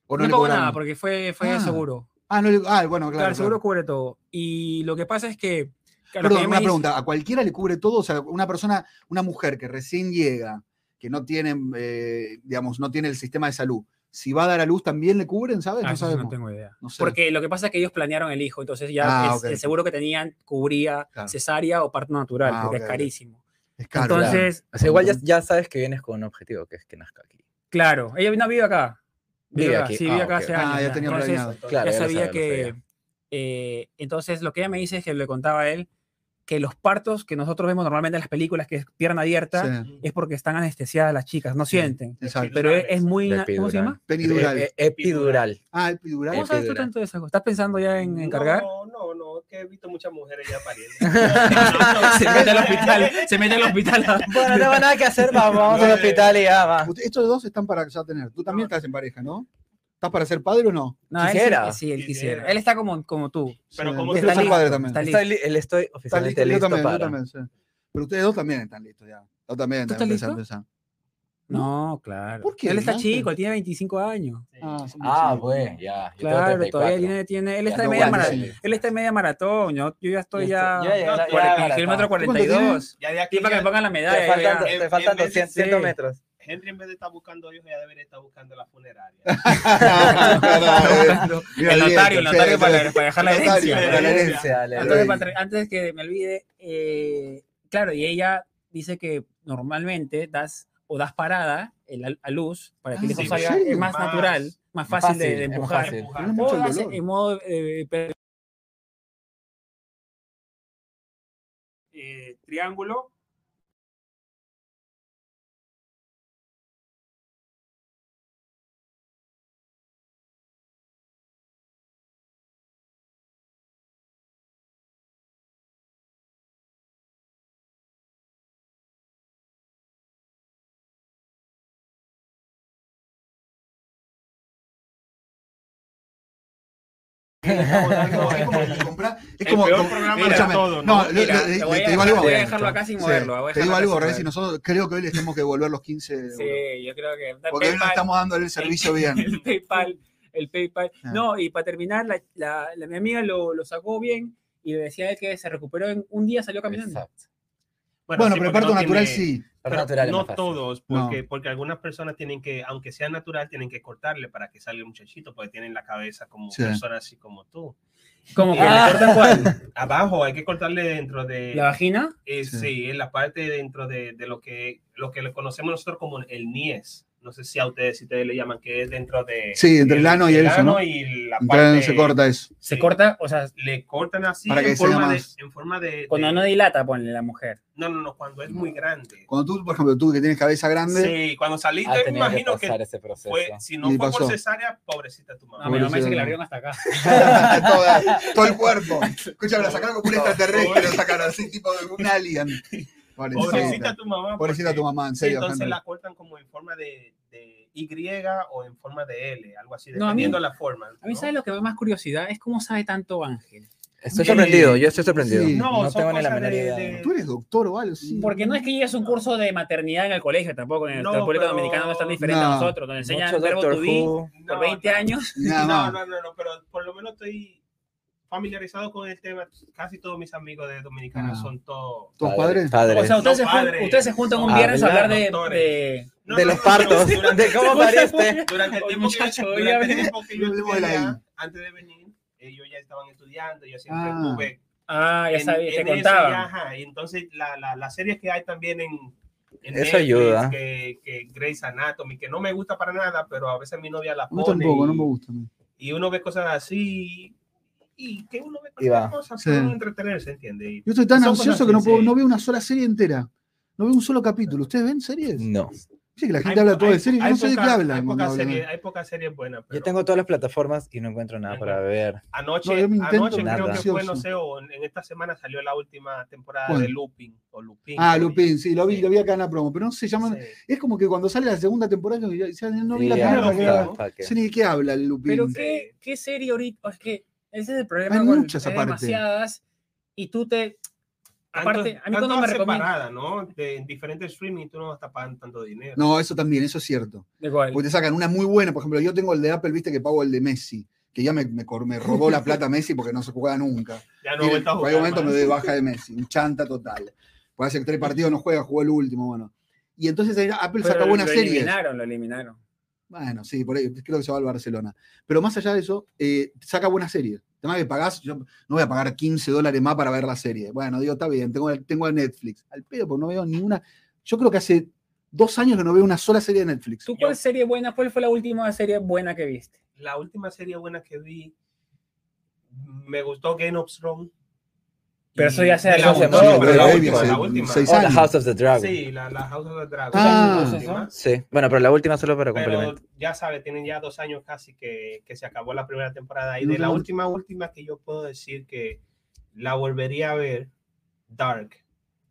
¿O
No,
no, le
pagó
cobraron?
nada porque fue, fue
Ah.
seguro.
Ah, no le- ah, bueno,
Claro,
claro.
el seguro
claro.
cubre todo. Y lo que pasa es que... claro, lo que
Perdón,
ella me
una
dice-
pregunta. ¿A cualquiera le cubre todo? O sea, una persona, una mujer que recién llega, que no tiene, eh, digamos, no tiene el sistema de salud, si va a dar a luz, ¿también le cubren, sabes?
Ah,
no
eso sí
sabemos.
no tengo idea.
No sé.
Porque lo que pasa es que ellos planearon el hijo, entonces ya
Ah,
el,
ok.
el seguro que tenían cubría
Claro.
cesárea o parto natural,
Ah,
porque
ok,
es
ok.
carísimo.
Es caro,
entonces,
sea, igual
igual
ya-
ya, ya sabes que vienes con un objetivo, que es que nazca aquí.
claro, ella no vive acá.
Vive
acá,
aquí,
sí, vive
ah,
acá hace
ok, ok.
claro.
años.
Ah, ya
ya.
tenía
entonces,
planeado.
Claro,
ya
ya lo
sabía
sabía, lo
que...
sabía.
eh, entonces, lo que ella me dice es que le contaba a él que los partos que nosotros vemos normalmente en las películas, que es pierna abierta,
Sí,
es porque están anestesiadas las chicas, no sienten.
exacto.
Pero es, es muy...
De
na- ¿Cómo se llama?
Epidural.
Eh, eh, Epidural.
Ah, epidural.
¿Cómo sabes tú
Epidural.
tanto de esas cosas? ¿Estás pensando ya en encargar?
No, no, no, es que he visto muchas mujeres ya pariendo.
Se mete al hospital, se mete al hospital. a-
Bueno, no tengo nada que hacer, vamos, vamos al hospital y ya va.
Usted- Estos dos están para ya tener. Tú también estás en pareja, ¿no? ¿Estás para ser padre o no?
No, él sí-
Quisiera.
sí, él quisiera.
Quisiera.
Él está como, como tú.
Pero
Sí,
como
ustedes
tú-
son
Está
padres
listo,
también.
está
Está li- él estoy
Están
oficialmente
listos,
listo
yo también, yo
para.
también, sí. Pero ustedes dos también están listos ya. Yo también
¿Tú
tengo que
estás
empezar, empezar.
No, claro.
¿Por qué,
Él está
Ángel?
chico, él tiene 25 años.
Ah, sí,
Ah,
sí.
pues, ya. yo tengo
Claro,
34.
todavía tiene, tiene, él
Ya
está en
tengo
cuarenta
media
y
maratón.
cinco.
Él está en media maratón. Yo, yo ya estoy ya.
Ya, ya, ya,
cuarenta-
ya,
kilómetro
maratón.
¿Cuánto tiene?
42.
ya de aquí,
Y para que
ya-
me pongan la medalla.
Te
yo
faltan,
ya-
en-
te
en vez
faltan
de-
200
sí.
100 metros.
Henry en vez de estar buscando hijos, ya debería estar buscando la funeraria.
Claro, eh. Mira,
El notario, el
sí,
notario
sí,
para,
sí.
para dejar la
El notario,
herencia.
para la herencia.
la
Claro.
Antes,
herencia.
de patre- antes que me olvide, eh, claro, y ella dice que normalmente das o das parada el al- a luz para que
Ah,
el hijo
¿en
salga,
serio?
es más,
Más-
natural, más
más
fácil de- de,
fácil, es más
empujar.
fácil.
Tiene
O
mucho
das
dolor.
en modo eh, per- eh, triángulo.
Es como que te compras- es
El
como-
peor
como-
programa de
escúchame,
todo,
no,
¿no?
lo-
Mira,
lo-
te
le- te
voy a
digo
dejar-
algo,
voy a
Renzo.
dejarlo acá sin
Sí,
moverlo, voy a
Te digo
dejarlo acá
algo,
sin
Renzi,
moverlo.
nosotros creo que hoy les tenemos que devolver los 15 euros,
Sí, yo creo que
Porque hoy no
PayPal,
estamos dando el servicio bien.
el PayPal, el PayPal.
Ah.
No, y para terminar, la, la- la- mi amiga lo, lo sacó bien y le decía a él que se recuperó en un día salió caminando.
Exacto.
Bueno,
sí,
pero el
porque
parto
no
natural
tiene-
sí.
Pero
pero
natural es
no
más fácil.
todos, porque, porque algunas personas tienen que, aunque sea natural, tienen que cortarle para que salga el muchachito, porque tienen la cabeza como
Sí.
personas así como tú. Eh,
Como que
Ah.
le cortan cuál?
Abajo hay que cortarle dentro de...
La vagina.
eh,
Sí.
sí. en la parte dentro de, de lo, que, lo que le conocemos nosotros como el niés. no sé si a ustedes, si ustedes le llaman, que es dentro de...
Sí, entre el ano y el eso,
ano
¿no?
y la
Entonces
parte...
se corta eso.
Se
Sí.
corta, o sea,
Le cortan así
Para que
en
sea
forma, de,
más-
en forma de...
cuando
de-
no dilata, ponle la mujer.
no, no, no, cuando es muy grande.
Cuando tú, por ejemplo, tú que tienes cabeza grande,
Sí, cuando saliste,
Ha
me
tenido que
imagino que,
pasar ese proceso.
fue, si no
Y
fue
pasó.
por cesárea, pobrecita tu
No,
mamá.
mi
Pobre
mamá dice que la
ciudadano.
abrieron hasta acá.
toda- todo el cuerpo. Escúchame, la sacaron como un extraterrestre, la sacaron así, tipo de un alien.
Pobrecita
Pobrecita.
tu mamá.
Pobrecita
porque-
tu mamá, en
Sí,
serio.
entonces
Henry.
la cortan como en forma de, de Y o en forma de L, algo así,
No, a mí-
dependiendo la forma.
A mí,
¿no?
¿sabes lo que me da más curiosidad? Es cómo sabe tanto Ángel.
Estoy
Sí.
sorprendido, yo estoy sorprendido.
Sí.
No,
No
son
tengo ni la
cosas
menor
de-
idea.
de-
Tú eres doctor o algo, sí.
Porque no es que lleves un curso de maternidad en el colegio tampoco, en el
No,
República
pero-
Dominicana no es tan diferente
No.
a nosotros, donde enseñan
Mucho
el verbo
Doctor
to be
Who.
No,
por 20
no.
años.
Nada
No,
más.
no, no, no, pero por lo menos estoy familiarizado con el tema. Casi todos mis amigos de Dominicana
Ah.
son todos.
Tus padres.
O sea, ustedes,
Son
se, jun-
padres.
ustedes se juntan un
Son
viernes a hablar de,
doctores.
de-
No,
de
no,
los
no,
partos,
no, durante-
de cómo
se juntan-
pariste.
Durante el
Oye,
tiempo que,
muchacho,
durante
ya
el
ven.
tiempo que yo
Yo vivo
estudié
de la
allá,
I.
antes de venir, ellos ya estaban estudiando, yo siempre
Ah.
estuve
Ah, ya
en-
sabía,
en
te
eso, ya,
contaban.
ajá, y entonces la- la- las series que hay también en, en
Eso ayuda.
que, que Grey's Anatomy, que no me gusta para nada, pero a veces mi novia la
No
pone
tampoco,
y,
no me gusta. no.
y uno ve cosas así y que uno ve
Y va.
cualquier cosa
Sí.
para uno entretenerse, ¿entiendes? Y-
Yo estoy tan
Son
ansioso
cosas
que no, puedo,
así.
no veo una sola serie entera. No veo un solo capítulo. ¿Ustedes ven series?
Mm.
No.
Dice que la gente
hay-
habla todo de
hay-
series. Yo
hay
no sé de qué
poca-
hablan.
Hay
cuando
pocas
hablan.
series hay pocas series buenas, pero
Yo tengo todas las plataformas y no encuentro nada para ver.
anoche,
No, yo me intento
anoche
nada.
creo que fue, no
Ansioso.
sé, o en, en esta semana salió la última temporada
¿Cuál?
de Lupin. O Lupin
Ah,
creo que-
Lupin, sí, lo vi, lo vi acá en la promo. Pero no se llaman.
Sí.
Es como que cuando sale la segunda temporada, yo ya no vi la
Y ya,
primera.
no
que
veo,
era-
¿no?
pa' que-
sé ni de qué habla el Lupin.
Pero ¿qué, qué serie ahorita, es que ese es el problema
Hay
con
muchas
hay
aparte.
demasiadas y tú te
Tanto-
Aparte, a mí
tanto
cuando me recomiendan-
separada, ¿no? De, en diferentes streaming tú no estás pagando tanto dinero.
No, eso también, eso es cierto.
de cuál?
Porque te sacan una muy buena. Por ejemplo, yo tengo el de Apple, viste que pago el de Messi. Que ya me, me cor- me robó la plata Messi porque no se jugaba nunca.
ya no he
Tiene-
vuelto a
en
jugar.
cualquier momento
más.
me doy baja de Messi. Un chanta total. Puede hacer tres partidos, no juega, jugó el último, bueno. Y entonces ahí Apple
Pero
saca
lo,
buenas
lo
series.
eliminaron, lo eliminaron.
Bueno, sí, por ahí creo que se va al Barcelona. Pero más allá de eso, eh, saca buenas series. Además que pagás, yo no voy a pagar 15 dólares más para ver la serie. Bueno, digo, está bien, tengo, tengo a Netflix. Al pedo, porque no veo ninguna. Yo creo que hace dos años que no veo una sola serie de Netflix.
¿Tú
Yo-
cuál serie buena? ¿Cuál fue la última serie buena que viste?
La última serie buena que vi, me gustó Game of Thrones.
Pero eso ya se
Y
hace
la
hace
última,
mucho,
pero la
pero
última,
hace
la última.
seis-
Oh, la
años.
House of the Dragon.
Sí, la, la House of the Dragon.
Ah.
la última.
Sí. Bueno, pero la última solo para
Pero
complementar.
ya sabes, tienen ya dos años casi que, que se acabó la primera temporada. Y
No,
de la
no.
última, última que yo puedo decir que la volvería a ver, Dark.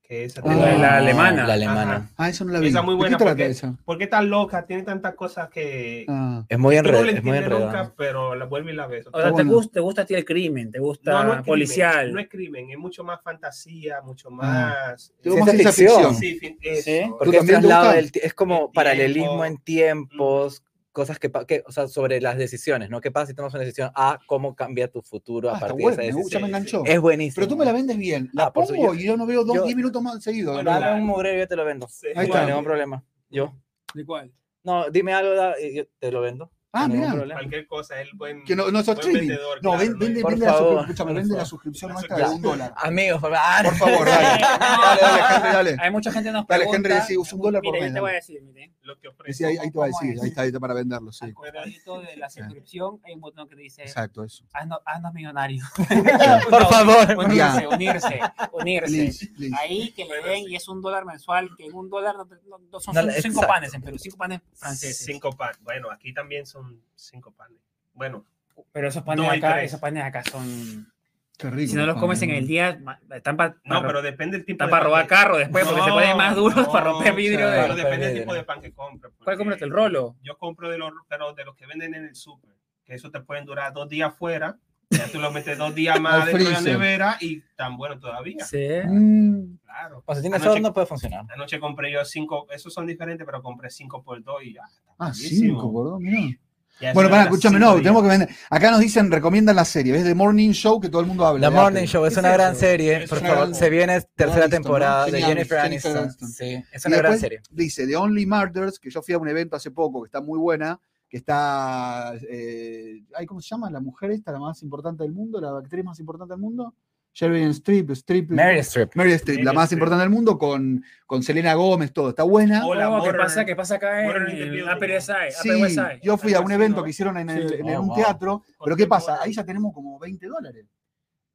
Que esa
Ah, la- la
alemana.
La alemana.
Ajá.
Ah, eso no la vi.
Esa muy
¿De qué
buena
trata
porque-
esa?
¿Por qué tan loca? Tiene tantas cosas que,
Ah,
Es muy
Tú no la
enredada. Es muy
entiendes nunca,
enredada.
pero la vuelve y la ves.
O sea, ¿te
bueno.
gusta, ¿te gusta a ti el crimen? ¿Te gusta
No, no es crimen,
policial?
no es crimen, es mucho más fantasía,
Ah.
mucho más. eh,
tengo
Ciencia
más ciencia ficción.
ficción.
Sí, fin- eso.
Sí,
¿Tú
Porque es,
también te
traslado
gusta?
del ti- es como
El
paralelismo
tiempo.
en tiempos, cosas que, pa- que, o sea, sobre las decisiones, ¿no? ¿Qué pasa si tomas una decisión A, cómo cambia tu futuro
Ah,
a
está
partir
buena,
de
me
esa
gusta, ya
decisión?
me
sí,
enganchó.
Es buenísimo.
Pero tú me la vendes bien. La
Ah, por eso
pongo
yo-
y yo no veo dos,
yo-
10 minutos más Ah, seguidos.
Bueno,
¿verdad?
Dame un mugrero y yo te lo vendo.
Sí.
Ahí
No
está.
hay ningún problema. Yo.
¿De cuál?
No, dime algo da- y yo te lo vendo.
Ah,
No hay ningún
mirá.
problema.
Cualquier cosa, es el buen.
Que no, no es
buen
streaming.
vendedor,
No,
claro,
ven- vende,
Por
vende la,
favor.
suscripción, escúchame, vende la suscripción nuestra de un dólar.
Amigos, por ah,
Por
favor.
favor, dale. Dale, dale, Henry, dale.
Hay mucha gente que nos
Dale,
pregunta.
Henry, sí, usa un dólar por
Mira,
mes,
yo te voy a
dale.
decir, mire.
Lo que ofrece.
Sí, ahí, ahí te va a
¿Cómo
decir,
es?
ahí está, ahí está para venderlo, sí.
Al costadito de la
Sí.
suscripción hay un botón que dice
Exacto, eso.
haznos, haznos millonario.
Por favor.
Unirse, unirse, unirse.
Please, please.
Ahí que le den y es un dólar mensual, que en un dólar no, te- no- no- son
No,
cinco
exacto.
panes en Perú, cinco panes franceses.
Cinco panes. Bueno, aquí también son cinco panes. Bueno,
Pero esos panes
No, hay
acá,
tres.
esos panes acá son.
Qué rico. ah.
Si no los comes en el día, ma- están para
no, pero depende del tipo
Está para robar
pan
carro después, porque se ponen más duros para romper vidrio.
Pero
De...
de-
depende del
de-
tipo de pan que compres.
¿Cuál
porque
compraste? ¿El rolo?
Yo compro de los, pero de los que venden en el súper. Que eso te pueden durar dos días fuera. Ya tú lo metes dos días más
Al
dentro de la
freezer.
nevera y tan bueno todavía.
Sí.
Mm,
Claro.
O sea, tienes
Anoche-
horno, puede funcionar.
Anoche compré yo cinco, esos son diferentes, pero compré cinco por dos y ya. está
Ah,
buenísimo.
cinco, por dos, mirá.
Ya
Bueno,
son
pará,
las
escúchame,
cinco
no,
ya.
tenemos que vender. Acá nos dicen, recomiendan la serie, ¿ves? The Morning Show que todo el mundo habla.
The
de
Morning
Apple.
Show es
¿Qué
una
es
gran
eso?
serie,
Es
por
una
favor.
gran-
Se viene tercera
Aniston, ¿no?
temporada de
Genial,
Jennifer
Jennifer
Aniston.
Aniston.
Sí, es
Y
una gran
después
serie.
Dice The Only Murders, que yo fui a un evento hace poco, que está muy buena, que está. eh, ay, ¿Cómo se llama? La mujer esta, la más importante del mundo, la actriz más importante del mundo. Sheryl Streep, Streep.
Mary Strip.
Meryl Streep, la
Meryl
más
Streep.
importante del mundo, con, con Selena Gómez, todo. Está buena.
Hola,
No, ¿qué
Modern-
pasa? ¿Qué pasa acá
Modern
en el
Interview.
Upper West Side?
Sí,
Upper West Side.
yo fui a un
Algo así,
evento
¿no?
que hicieron en,
Sí.
el- en
Oh,
un
wow.
teatro, pero ¿qué pasa?
Contemporáneo.
Ahí ya tenemos como 20 dólares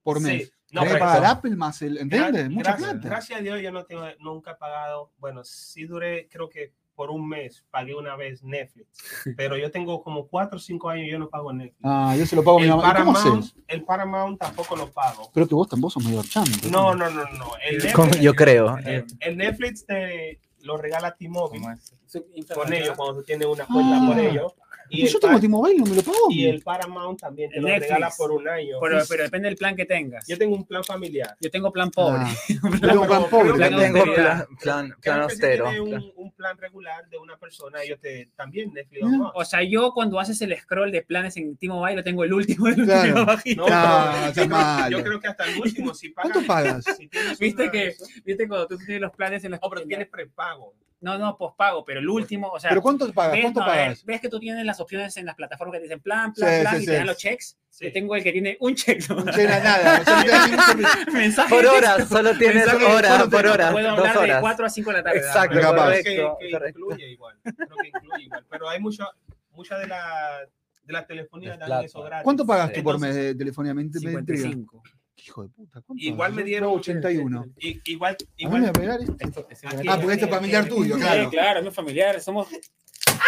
por
Sí,
mes.
no,
Tenés que
pero-
pagar Apple más el, ¿entiendes?
Gra-
Mucha
gracias,
plata.
Gracias a Dios yo no tengo, nunca he pagado, bueno, sí duré creo que por un mes, pagué una vez Netflix, pero yo tengo como 4 o 5 años y yo no pago Netflix.
Ah, yo se lo pago a mi
el,
mamá. ¿Y ¿Cómo
Paramount,
haces?
el Paramount tampoco lo pago.
Pero que vos tampoco sos medio chanto.
No, no, no, no. El
Con-
Netflix,
Yo creo.
el, el Netflix te lo regala a T-Mobile con ellos cuando tú tienes una
Ah.
cuenta por ellos. Y,
Y yo
el,
tengo
par-
T-Mobile, no me lo pagó.
y el Paramount también te
El
lo
Netflix.
regala por un año.
Pero, pero depende del plan que tengas.
yo tengo un plan familiar.
Yo tengo plan pobre.
Ah, pero plan
Creo
Yo
Plan
pobre.
tengo
austeridad.
plan, plan, plan
Creo que si
austero.
tienes
plan-
un, un plan regular de una persona, ellos te también Netflix.
Ah.
o no.
O sea, yo cuando haces el scroll de planes en T-Mobile, lo tengo el último, el último
Claro.
bajito.
No,
Ah,
pero
está
yo, creo,
malo.
yo creo que hasta el último, si pagas.
¿Cuánto pagas?
si tienes
Viste
una-
que- ¿Viste cuando tú tienes los planes en los...
No, pero tienes prepago.
No, no, pospago, pero el último, o sea...
¿Pero cuánto pagas?
ves,
¿Cuánto
no, a ver,
pagas?
ves que tú tienes las opciones en las plataformas que te dicen plan, plan,
Sí,
plan,
sí,
y
sí.
te dan los checks?
Sí.
Yo tengo el que tiene un check. ¿no?
No llega nada. o sea, no te da ningún servicio.
Mensaje
Por
de
horas, solo tienes
Mensaje de
hora,
solo
por
tengo-
hora,
Puedo
dos
hablar de
horas.
4 a 5 de la tarde.
Exacto,
Pero
capaz.
creo
correcto,
que, que
correcto.
incluye igual. Creo que incluye igual. Pero hay mucho, mucha de la, de la telefonía
Es
dan
plata.
eso gratis.
¿Cuánto pagas tú por
Entonces,
mes de telefonía? Me intriga.
55.
Hijo de puta. ¿cuánto
Igual
pagas?
me
Yo
dieron-
pago 81.
i- Igual,
¿A mí me va a
igual.
pegar esto?
Aquí,
Ah, porque esto es
aquí,
familiar
aquí.
tuyo,
Sí,
claro.
pues, eh, claro, ¡Ah! no es familiar, somos...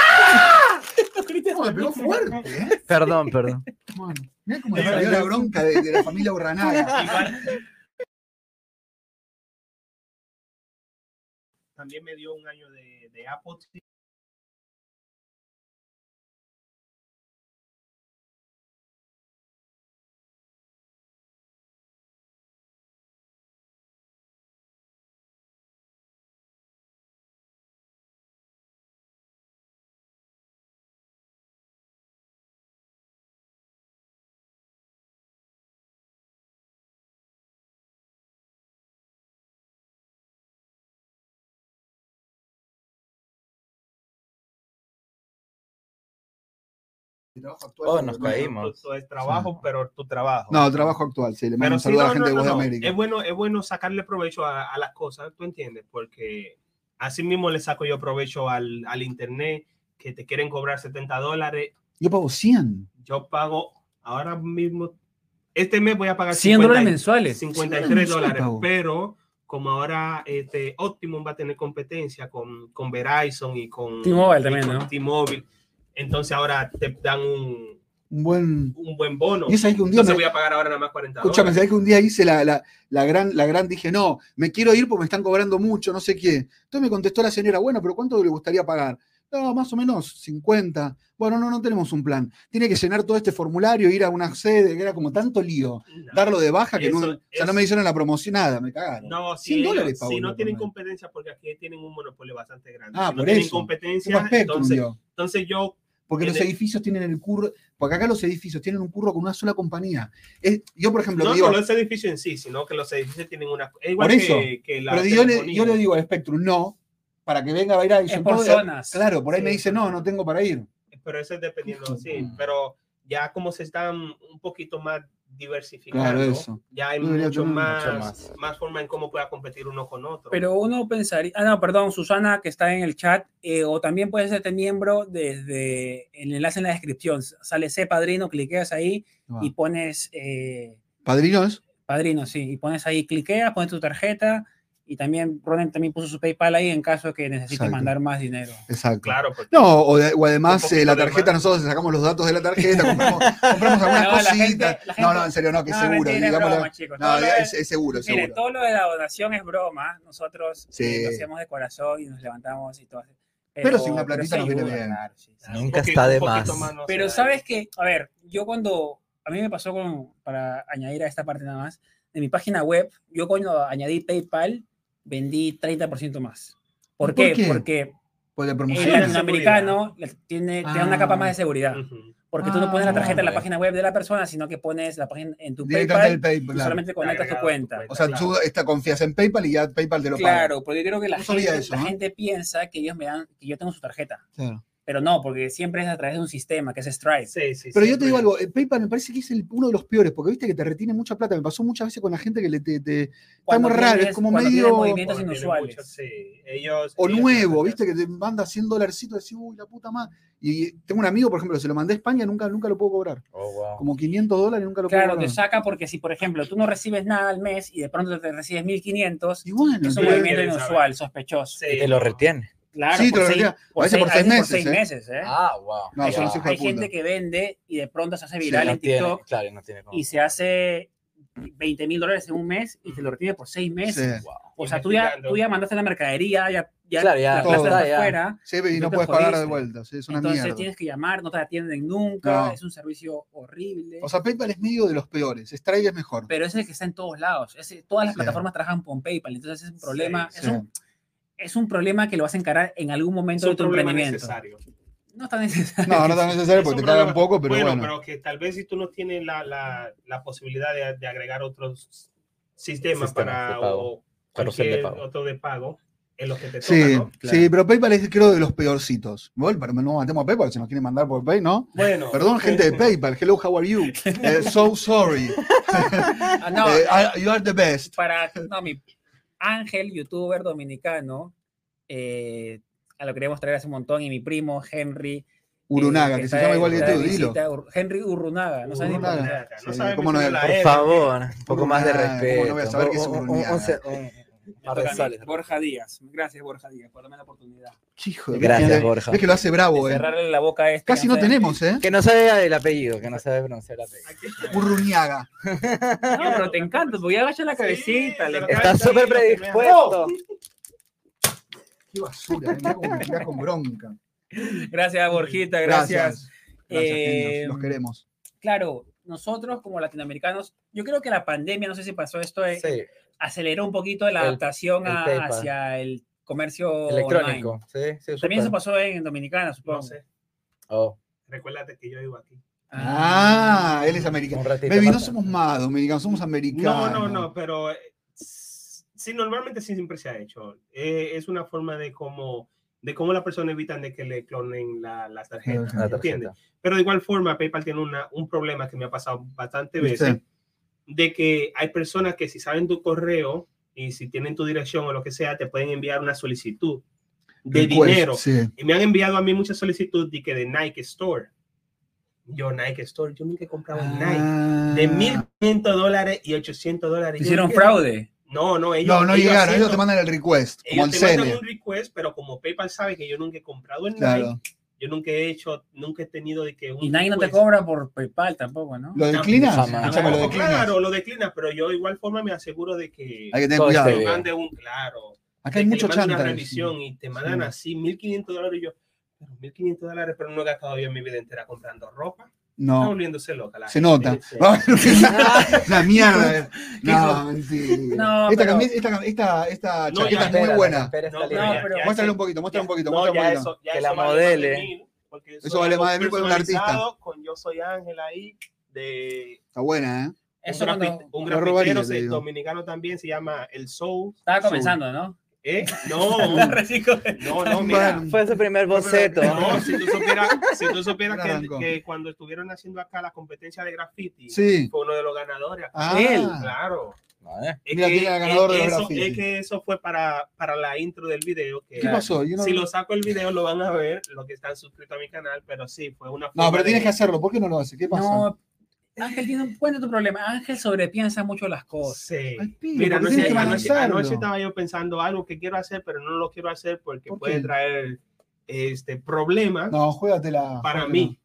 No, me pegó fuerte, ¿eh?
Perdón, perdón.
Bueno, mirá cómo le salió la bronca de, de la familia Urranaga.
Igual. También me dio un año de, de Apple TV.
Trabajo actual.
Oh, nos
Bueno,
Tu,
caímos.
tu es trabajo, pero tu trabajo.
No, trabajo actual, sí. Le mando
Pero
un
sí,
saludo a
no,
la gente
no,
de Voz
no, no.
de América.
Es bueno, es bueno sacarle provecho a, a las cosas, ¿tú entiendes? Porque así mismo le saco yo provecho al, al internet, que te quieren cobrar 70 dólares.
Yo pago 100.
Yo pago ahora mismo, este mes voy a pagar
100 dólares
50
mensuales.
53
Sí,
dólares,
pago.
pero como ahora este Optimum va a tener competencia con, con Verizon y con
T-Mobile también,
y con
¿no?
T-Mobile, entonces ahora te dan un,
Un buen.
un buen bono.
Y es ahí que un día.
Entonces
me-
voy a pagar ahora nada más 40
Escúchame,
dólares.
¿sabés que un día hice la, la, la gran, la gran, dije, no, me quiero ir porque me están cobrando mucho, no sé qué. Entonces me contestó la señora, bueno, pero ¿cuánto le gustaría pagar? No, más o menos 50. Bueno, no, no tenemos un plan. Tiene que llenar todo este formulario, ir a una sede, que era como tanto lío.
No.
Darlo de baja, que no,
Eso-
o sea, no
eso-
me hicieron la promoción, nada, me cagaron.
No, si,
100
ellos-
dólares pago
si
yo
no tienen
también.
competencia, porque aquí tienen un monopolio bastante grande.
Ah,
si no
por
tienen
eso. Como
competencia,
Spectrum,
entonces,
dio.
entonces yo,
Porque los
tiene-
edificios tienen el curro, porque acá los edificios tienen un curro con una sola compañía. Es- yo, por ejemplo,
no
digo,
solo ese edificio en sí, sino que los edificios tienen una... Es igual
Por eso,
que, que la
pero yo le,
telefonía.
yo le digo a Spectrum, no, para que venga a bailar. y
Es
yo,
por
no,
zonas.
Claro, por ahí
Sí,
me dice,
por
no,
zonas.
no tengo para ir.
pero eso es dependiendo,
Ujú.
sí, pero ya como se están un poquito más
Claro,
diversificando,
eso.
ya hay
Yo diría
mucho
que no,
más,
mucho
más.
más.
forma en cómo pueda competir uno con otro.
Pero uno pensaría, ah, no, perdón, Susana, que está en el chat, eh, o también puedes hacerte miembro desde el enlace en la descripción. Sale C padrino, cliqueas ahí
Ah.
y pones eh,
Padrinos,
padrino, sí, y pones ahí, cliqueas, pones tu tarjeta y también Ronen también puso su PayPal ahí en caso de que necesites
Exacto.
mandar más dinero.
exacto.
claro, porque
No, o, de- o además
Un poquito
eh, la
de
tarjeta,
más.
nosotros sacamos los datos de la tarjeta, compramos, compramos algunas
No, la
cositas.
gente- la
no,
gente-
no, en serio, no, que
No,
es seguro.
mentira, es
digámoslo.
broma, chicos.
no,
Todo lo de-
es, es seguro, es
Miren,
seguro.
todo lo de la donación es broma. Nosotros
Sí.
eh, lo hacemos de corazón y nos levantamos y todo.
Pero sin una platita
sí
nos viene
ayuda,
bien.
claro, sí, sí.
Nunca está de más.
no
Pero
se da.
sabes que, a ver, yo cuando, a mí me pasó con, para añadir a esta parte nada más, en mi página web, yo cuando añadí PayPal, vendí 30% más. ¿Por,
¿Por
qué?
qué?
Porque
Pues de
Eh, el
promociones.
latinoamericano le tiene, te da una capa más
Ah.
de seguridad.
Ujú.
Porque tú no
Ah,
pones la tarjeta en la
ok.
página web de la persona, sino que pones la página en tu
directamente
PayPal,
del PayPal.
tú
claro.
solamente conectas tu
Agregado a tu
cuenta.
cuenta.
O sea, tú esta, confías en PayPal y ya PayPal te lo paga.
Claro, porque creo que la,
No sabía
gente,
eso,
la
¿eh?
gente piensa que ellos me dan, que yo tengo su tarjeta.
Claro.
Pero no, porque siempre es a través de un sistema que es Stripe.
Sí, sí,
Pero
sí,
yo te digo algo, eh, PayPal me parece que es el- uno de los peores, porque viste que te retiene mucha plata. Me pasó muchas veces con la gente que le te- te-
Cuando
muy raro, es
tienes-
como
cuando tienes
medio-
movimientos
Porque tiene
inusuales.
muchos, sí. Ellos,
o
ellos-
nuevo, viste que te manda 100 dolarcitos, decís, uy, la puta madre. Y tengo un amigo, por ejemplo, se lo mandé a España, nunca, nunca lo puedo cobrar.
Oh, wow.
Como 500 dólares, nunca lo
Claro,
puedo
te
cobrar.
saca porque si, por ejemplo, tú no recibes nada al mes y de pronto te recibes 1500,
Y bueno,
es un
Pero-
entonces-
movimiento
Quieren
inusual, sospechoso.
Sí,
Y te lo
no.
retiene.
Claro,
Sí, te
por
lo
seis-
diría. A veces por
a veces
seis
por seis
meses,
meses, ¿eh?
Ah, wow.
No,
hay
son unos hijos de
hay
puta.
gente que vende y de pronto se hace
Sí,
viral
no
en
tiene-
TikTok
claro, no tiene como-
y se hace 20 mil dólares en un mes y te lo retiene por seis meses.
Sí,
Wow.
O sea, tú ya,
Investigando.
tú ya mandaste la mercadería, ya, ya
Claro, ya
la
todo.
plata
Está, ya.
está afuera,
sí, y
Tú
no
te
puedes pagar de
jodiste.
vuelta, sí, es una
entonces
mierda.
tienes que llamar, no te atienden nunca,
No.
es un servicio horrible.
O sea, PayPal es medio de los peores, Stripe es mejor.
pero ese es el que está en todos lados. Ese- todas las
Sí.
plataformas trabajan con PayPal, entonces es un
Sí,
problema,
Sí.
es, un, es un problema que lo vas a encarar en algún
Es
momento de
un
tu
problema
emprendimiento.
necesario.
No está necesario.
No, no tan necesario
Es
porque te
un
caga un
problema-
poco, pero bueno.
pero que tal vez si tú no tienes la, la, la posibilidad de, de agregar otros sistemas
Sistemas
para
de pago.
o
Carrusel
cualquier
de pago.
otro de pago, es lo que te toca,
Sí,
¿no?
sí, pero PayPal es creo de los peorcitos. Bueno, pero no matemos a PayPal, se nos quieren mandar por Pay, ¿no?
Bueno,
Perdón, gente de PayPal, hello, how are you? Eh, so sorry.
Ah, no,
Eh, I- you are the best.
para no, mi Ángel, youtuber dominicano, eh, a lo que queríamos traer hace un montón, y mi primo Henry. eh,
Urunaga, que se
está
llama
de-
igual que
está de
tú, dilo.
visita, Ur- Henry Urrunaga, no sabes ni por
Urrunaga.
qué.
Sí, ¿cómo no
mencionar
es?
la
Por
R.
favor, un poco más de
Brunaga, ¿cómo
respeto.
no voy a saber que es
Un- un- un-
Brunaga?
un se- un-
Me toca a mí.
Barrenzales.
Borja Díaz, gracias Borja Díaz por darme la oportunidad.
Chijo,
Gracias,
¿ves?
Borja.
Ves que lo hace bravo,
De
eh.
cerrarle la boca a este.
Casi no
sé.
tenemos, ¿eh?
Que no sabe el apellido, que no sabe pronunciar el apellido.
Urruñaga.
No, pero te encanta, porque ya agacha la cabecita.
Sí,
le-
pero-
Está súper predispuesto.
Qué basura, eh, mirá cómo me tirás con bronca.
Gracias, Borjita, gracias.
Gracias,
Eh,
genios, los queremos.
Claro, nosotros como latinoamericanos, yo creo que la pandemia, no sé si pasó esto, eh,
Sí,
aceleró un poquito la
El-
adaptación
el
a-
PayPal.
hacia el comercio
electrónico.
online.
Sí, sí,
También eso
súper.
pasó en Dominicana, supongo.
No sé.
Oh,
Recuérdate que yo vivo aquí.
Ah, él es
un
americano.
ratito.
Baby, no
más.
somos más dominicanos, somos americanos.
No, no, no, pero eh, sí, normalmente sí siempre se ha hecho. Eh, es una forma de cómo, de cómo las personas evitan de que le clonen la, la
La
tarjeta,
La
¿entiendes?
tarjeta.
Pero de igual forma, PayPal tiene una, un problema que me ha pasado bastante
¿Viste?
veces, de que hay personas que si saben tu correo y si tienen tu dirección o lo que sea, te pueden enviar una solicitud de
Request,
dinero.
Sí.
Y me han enviado a mí muchas solicitudes de que de Nike Store. Yo, Nike Store, yo nunca he comprado
Ah,
en Nike. De 1.500 dólares y 800 dólares. Yo
Hicieron
dije,
fraude.
No, no, ellos.
No, no
ellos
llegaron, ellos
haciendo-
te mandan el request, como
ellos
el
te mandan
CL.
un request, pero como PayPal sabe que yo nunca he comprado en Nike,
Claro.
yo nunca he hecho, nunca he tenido de que un.
Y nadie no te
request-
cobra por PayPal tampoco, ¿no?
¿Lo declinas?
Jamás.
Escuchame, Ah, lo
Claro,
declinas.
claro, lo declina, pero yo de igual forma me aseguro de que
Hay que tener
Todo este está
cuidado.
te
bien.
mande un claro.
Acá hay
de que
mucho
le mandan
chanta.
una revisión y te mandan así 1.500 dólares. Y yo, pero 1.500 dólares, pero no he gastado yo mi vida entera comprando ropa. Está
No,
volviéndose loca la
se
gente.
nota.
Sí.
La mierda. eh. No, mentira.
No,
esta,
pero-
camis- esta, esta, esta
No,
chaqueta
ya,
es muy
Espera,
buena.
espera,
No, pero
está libre.
ya-
pero-
ya
Muéstrale
eso-
un poquito, muéstrale un poquito,
No,
muéstrale un
ya
poquito.
eso, ya
Que
eso
la
vale más de
modele.
mil, porque
Eso vale
algo
más de mil por un artista.
personalizado Con yo soy Ángel ahí, de
Está buena, ¿eh?
Eso
un, grafi-
cuando
un
Lo
grafitero
robaría,
se-
te digo.
dominicano también, se llama El Soul.
estaba comenzando, ¿no?
¿Eh? No,
Recién comenzó.
no, no, mira.
Bueno,
Fue su primer boceto.
No, si tú supieras, si tú supieras que,
Arrancó.
que cuando estuvieron haciendo acá la competencia de graffiti,
Sí.
fue uno de los ganadores.
Ah,
Él,
Claro.
Vale.
Es
Mira,
que,
tiene el ganador
es-
de los
eso,
graffiti.
es que eso fue para, para la intro del video. Que
¿Qué pasó? Yo no-
Si lo saco el video, lo van a ver, los que están suscritos a mi canal, pero sí, fue una
No,
forma
pero tienes
de-
que hacerlo. ¿Por qué no lo haces? ¿Qué pasa?
No, Ángel tiene un cuento tu problema. Ángel sobrepiensa mucho las cosas.
Sí.
Ay, pibe,
Mira,
¿por qué
anoche,
tienes que
anoche-
analizarlo?
anoche estaba yo pensando algo que quiero hacer, pero no lo quiero hacer porque
¿Por
puede
qué?
traer este problema
No, juégatela.
para
juégatela.
mí,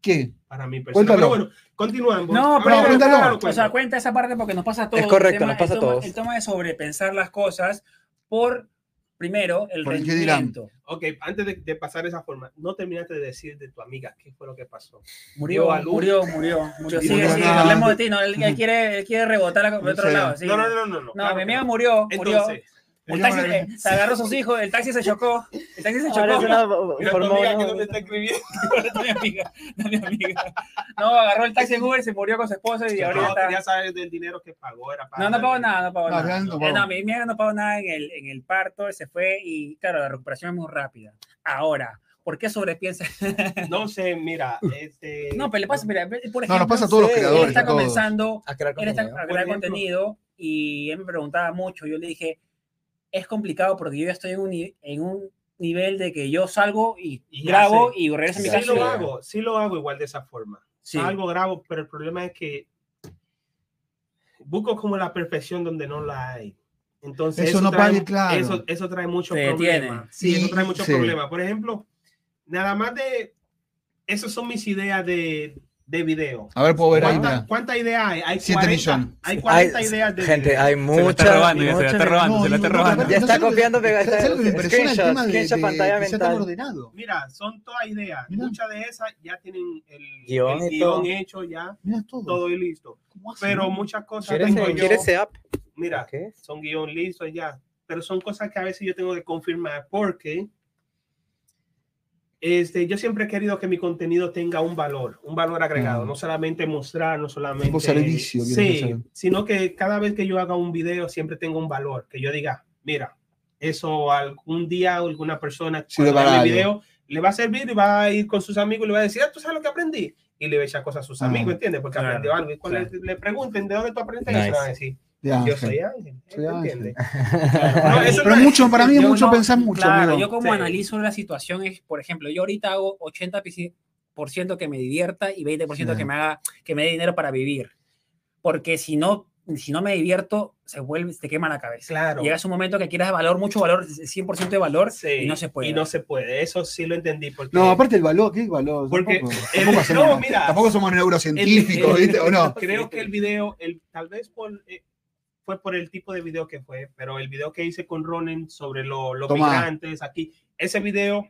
¿Qué?
para mi persona.
Cuéntalo.
Pero bueno, continuamos.
No,
Ah,
pero-
bueno,
cuéntalo.
claro,
O sea,
cuéntalo.
cuenta esa parte porque nos pasa a todos.
Es correcto,
el tema-
nos pasa
el
a
tema-
todos.
El tema de sobrepensar las cosas por, primero, el
Por el que dirán.
rendimiento.
Ok, antes de, de pasar esa forma, no terminaste de decir de tu amiga qué fue lo que pasó.
Murió,
Dio a luz.
murió, murió, murió.
Sí,
Sigue,
no,
sigue,
no.
hablemos de ti. No, él, él quiere, él quiere rebotar por
No
otro
sé.
lado. sí.
No, no, no, no. No,
No,
claro
mi
que
amiga
no.
murió, murió.
Entonces,
El
Murió
taxi
con
eh,
el-
se agarró a sus hijos, el taxi se chocó, el taxi se
Ahora
chocó.
es una
mira tu
formó
amiga que
una-
no te está escribiendo.
No, mi amiga, no, mi amiga. No, agarró el taxi en Uber, se murió con su esposa y ahorita
No,
está.
quería saber del dinero que pagó. Era para
No, no pagó nada, no pagó
No,
nada.
ya no
Eh,
pagó.
no, mi mierda no pagó nada en el, en el parto, se fue y claro, la recuperación es muy rápida. Ahora, ¿Por qué sobrepiensa?
No sé, mira, este.
No, pero le pasa, mira, por ejemplo,
No, nos pasa a todos los
sí, él
él
creadores.
está
a todos.
comenzando
A crear
él está
contenido.
a
Por
crear
ejemplo.
contenido y él me preguntaba mucho. Yo le dije, es complicado porque yo ya estoy en un, ni- en un nivel de que yo salgo y,
Y ya
grabo
sé.
y regreso a mi
Sí
casa.
Exacto.
lo hago, sí lo hago igual de esa forma.
Sí.
Algo grabo, pero el problema es que busco como la perfección donde no la hay. Entonces,
Eso no
trae,
vale, claro.
eso, eso trae muchos
Te detiene.
problemas. Sí,
Y-
eso trae muchos
sí.
problemas. Por ejemplo, nada más de. Esas son mis ideas de, de video.
A ver, puedo ver ahí.
¿Cuántas
mirá.
cuántas ideas hay? Hay
Siete
40,
millones.
Hay 40
Ay,
ideas de
Gente,
video.
hay
Se la está
muchas.
robando, ya se la está
muchas-
robando, se la está
No, no, no,
robando.
aparte-
Ya está
¿sabes lo que-
copiando, pega-
¿sabes
está-
lo que me impresiona el
screenshot,
tema de, de-
screenshot, pantalla
que sea tan
mental.
ordenado?
Mira, son todas ideas.
Mira.
Muchas de esas ya tienen el
Guión
el
y todo.
guión hecho, ya
Mirá todo.
todo y listo.
¿Cómo hace,
Pero
no?
muchas cosas
¿Quieres
tengo
ese-
yo.
¿Quieres ese app?
Mira,
¿Qué?
son guión listos ya. Pero son cosas que a veces yo tengo que confirmar porque este, yo siempre he querido que mi contenido tenga un valor, un valor agregado,
Ah.
no solamente mostrar, no solamente...
Tipo servicio, quiero
Sí,
pensar.
sino que cada vez que yo haga un video siempre tenga un valor, que yo diga, mira, eso algún día alguna persona
Sirve
cuando vea
para
mi
algo.
video le va a servir y va a ir con sus amigos y le va a decir, ah, tú sabes lo que aprendí. Y le va a echar cosas a sus
Ah.
amigos, ¿entiendes? Porque
Claro,
aprendió algo. Y cuando
claro.
le, le pregunten de dónde tú aprendiste,
Nice.
ellos van a decir,
De
yo
Ángel.
soy Ángel. ¿eh?
Ah, Soy
¿Te
Ángel.
entiendes?
Para mí-
eso
Pero
no es-
mucho, para mí es
yo
mucho
no-
pensar mucho.
Claro,
amigo.
yo como
Sí.
analizo la situación es, por ejemplo, yo ahorita hago 80% que me divierta y 20%
Sí.
que me haga, que me dé dinero para vivir. Porque si no, si no me divierto, se vuelve, te quema la cabeza.
Claro.
Llegas a un momento que quieras valor, mucho valor, 100% de valor,
Sí,
y no se puede.
Y no se puede. Eso sí lo entendí. Porque,
No, aparte el valor, ¿qué valor?
Porque-
tampoco,
el-
tampoco hacemos-
no, mira.
tampoco somos neurocientíficos,
El- el-
¿viste? ¿O no?
Creo que el
Este.
video, el, tal vez por, eh, fue por el tipo de video que fue, pero el video que hice con Ronen sobre lo- los
Tomá.
migrantes aquí, ese video,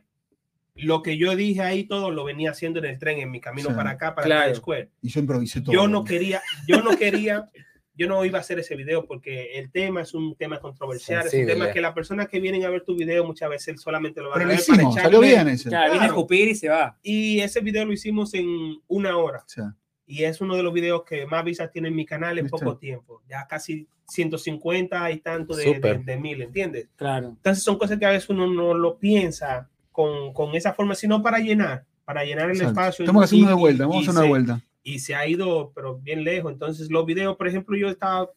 lo que yo dije ahí todo lo venía haciendo en el tren, en mi camino
Sí.
para acá, para
Claro.
Times Square.
Y yo improvisé todo.
Yo no quería, yo no quería, yo no iba a hacer ese video porque el tema es un tema controversial, es
Sensible.
un tema que las personas que vienen a ver tu video muchas veces solamente lo van
Pero
a
lo
ver
hicimos,
para
salió
echarle.
bien ese.
Claro, viene a
Claro.
escupir y se va.
Y ese video lo hicimos en una hora
O sea,
y es uno de los videos que más vistas tiene en mi canal en
¿Viste?
poco tiempo, ya casi 150 y tanto de, de,
Súper.
de mil, ¿entiendes?
Claro.
Entonces son cosas que a veces uno no lo piensa con, con esa forma, sino para llenar, para llenar el
exacto.
espacio.
Tenemos que hacer
Y-
una de vuelta,
y-
vamos a
y
hacer una
se-
de vuelta.
y se ha ido, pero bien lejos. Entonces, los videos, por ejemplo, yo estaba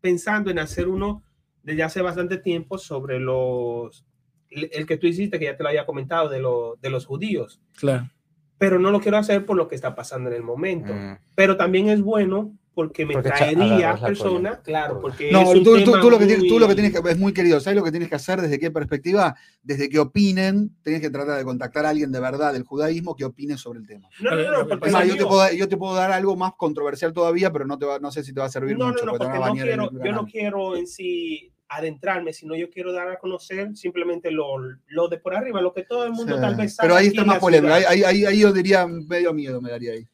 pensando en hacer uno desde hace bastante tiempo sobre los, el, el que tú hiciste, que ya te lo había comentado, de, lo- de los judíos,
Claro.
pero no lo quiero hacer por lo que está pasando en el momento.
Mm.
Pero también es bueno porque me
Porque cha-
traería
agarras la
personas,
cola.
claro, porque
No,
es un
tú, tú-
tema
tú lo que tienes, tú lo que
muy-
tienes que, es muy querido, ¿sabes lo que tienes que hacer? ¿Desde qué perspectiva? Desde que opinen, tenés que tratar de contactar a alguien de verdad del judaísmo que opine sobre el tema.
No, no, no, porque
Es más,
lo
yo te,
mío-
puedo, yo te puedo dar algo más controversial todavía, pero no, te va, no sé si te va a servir
No, no,
mucho.
no,
porque te
porque
van a
no
banear en
quiero,
el
yo no
canal.
quiero en sí adentrarme, sino yo quiero dar a conocer simplemente lo, lo de por arriba, lo que todo el mundo
Sí.
tal vez sabe.
Pero ahí
aquí
está
en
más
la
polémico,
ciudad.
ahí, ahí, ahí- ahí yo diría medio miedo me daría ahí.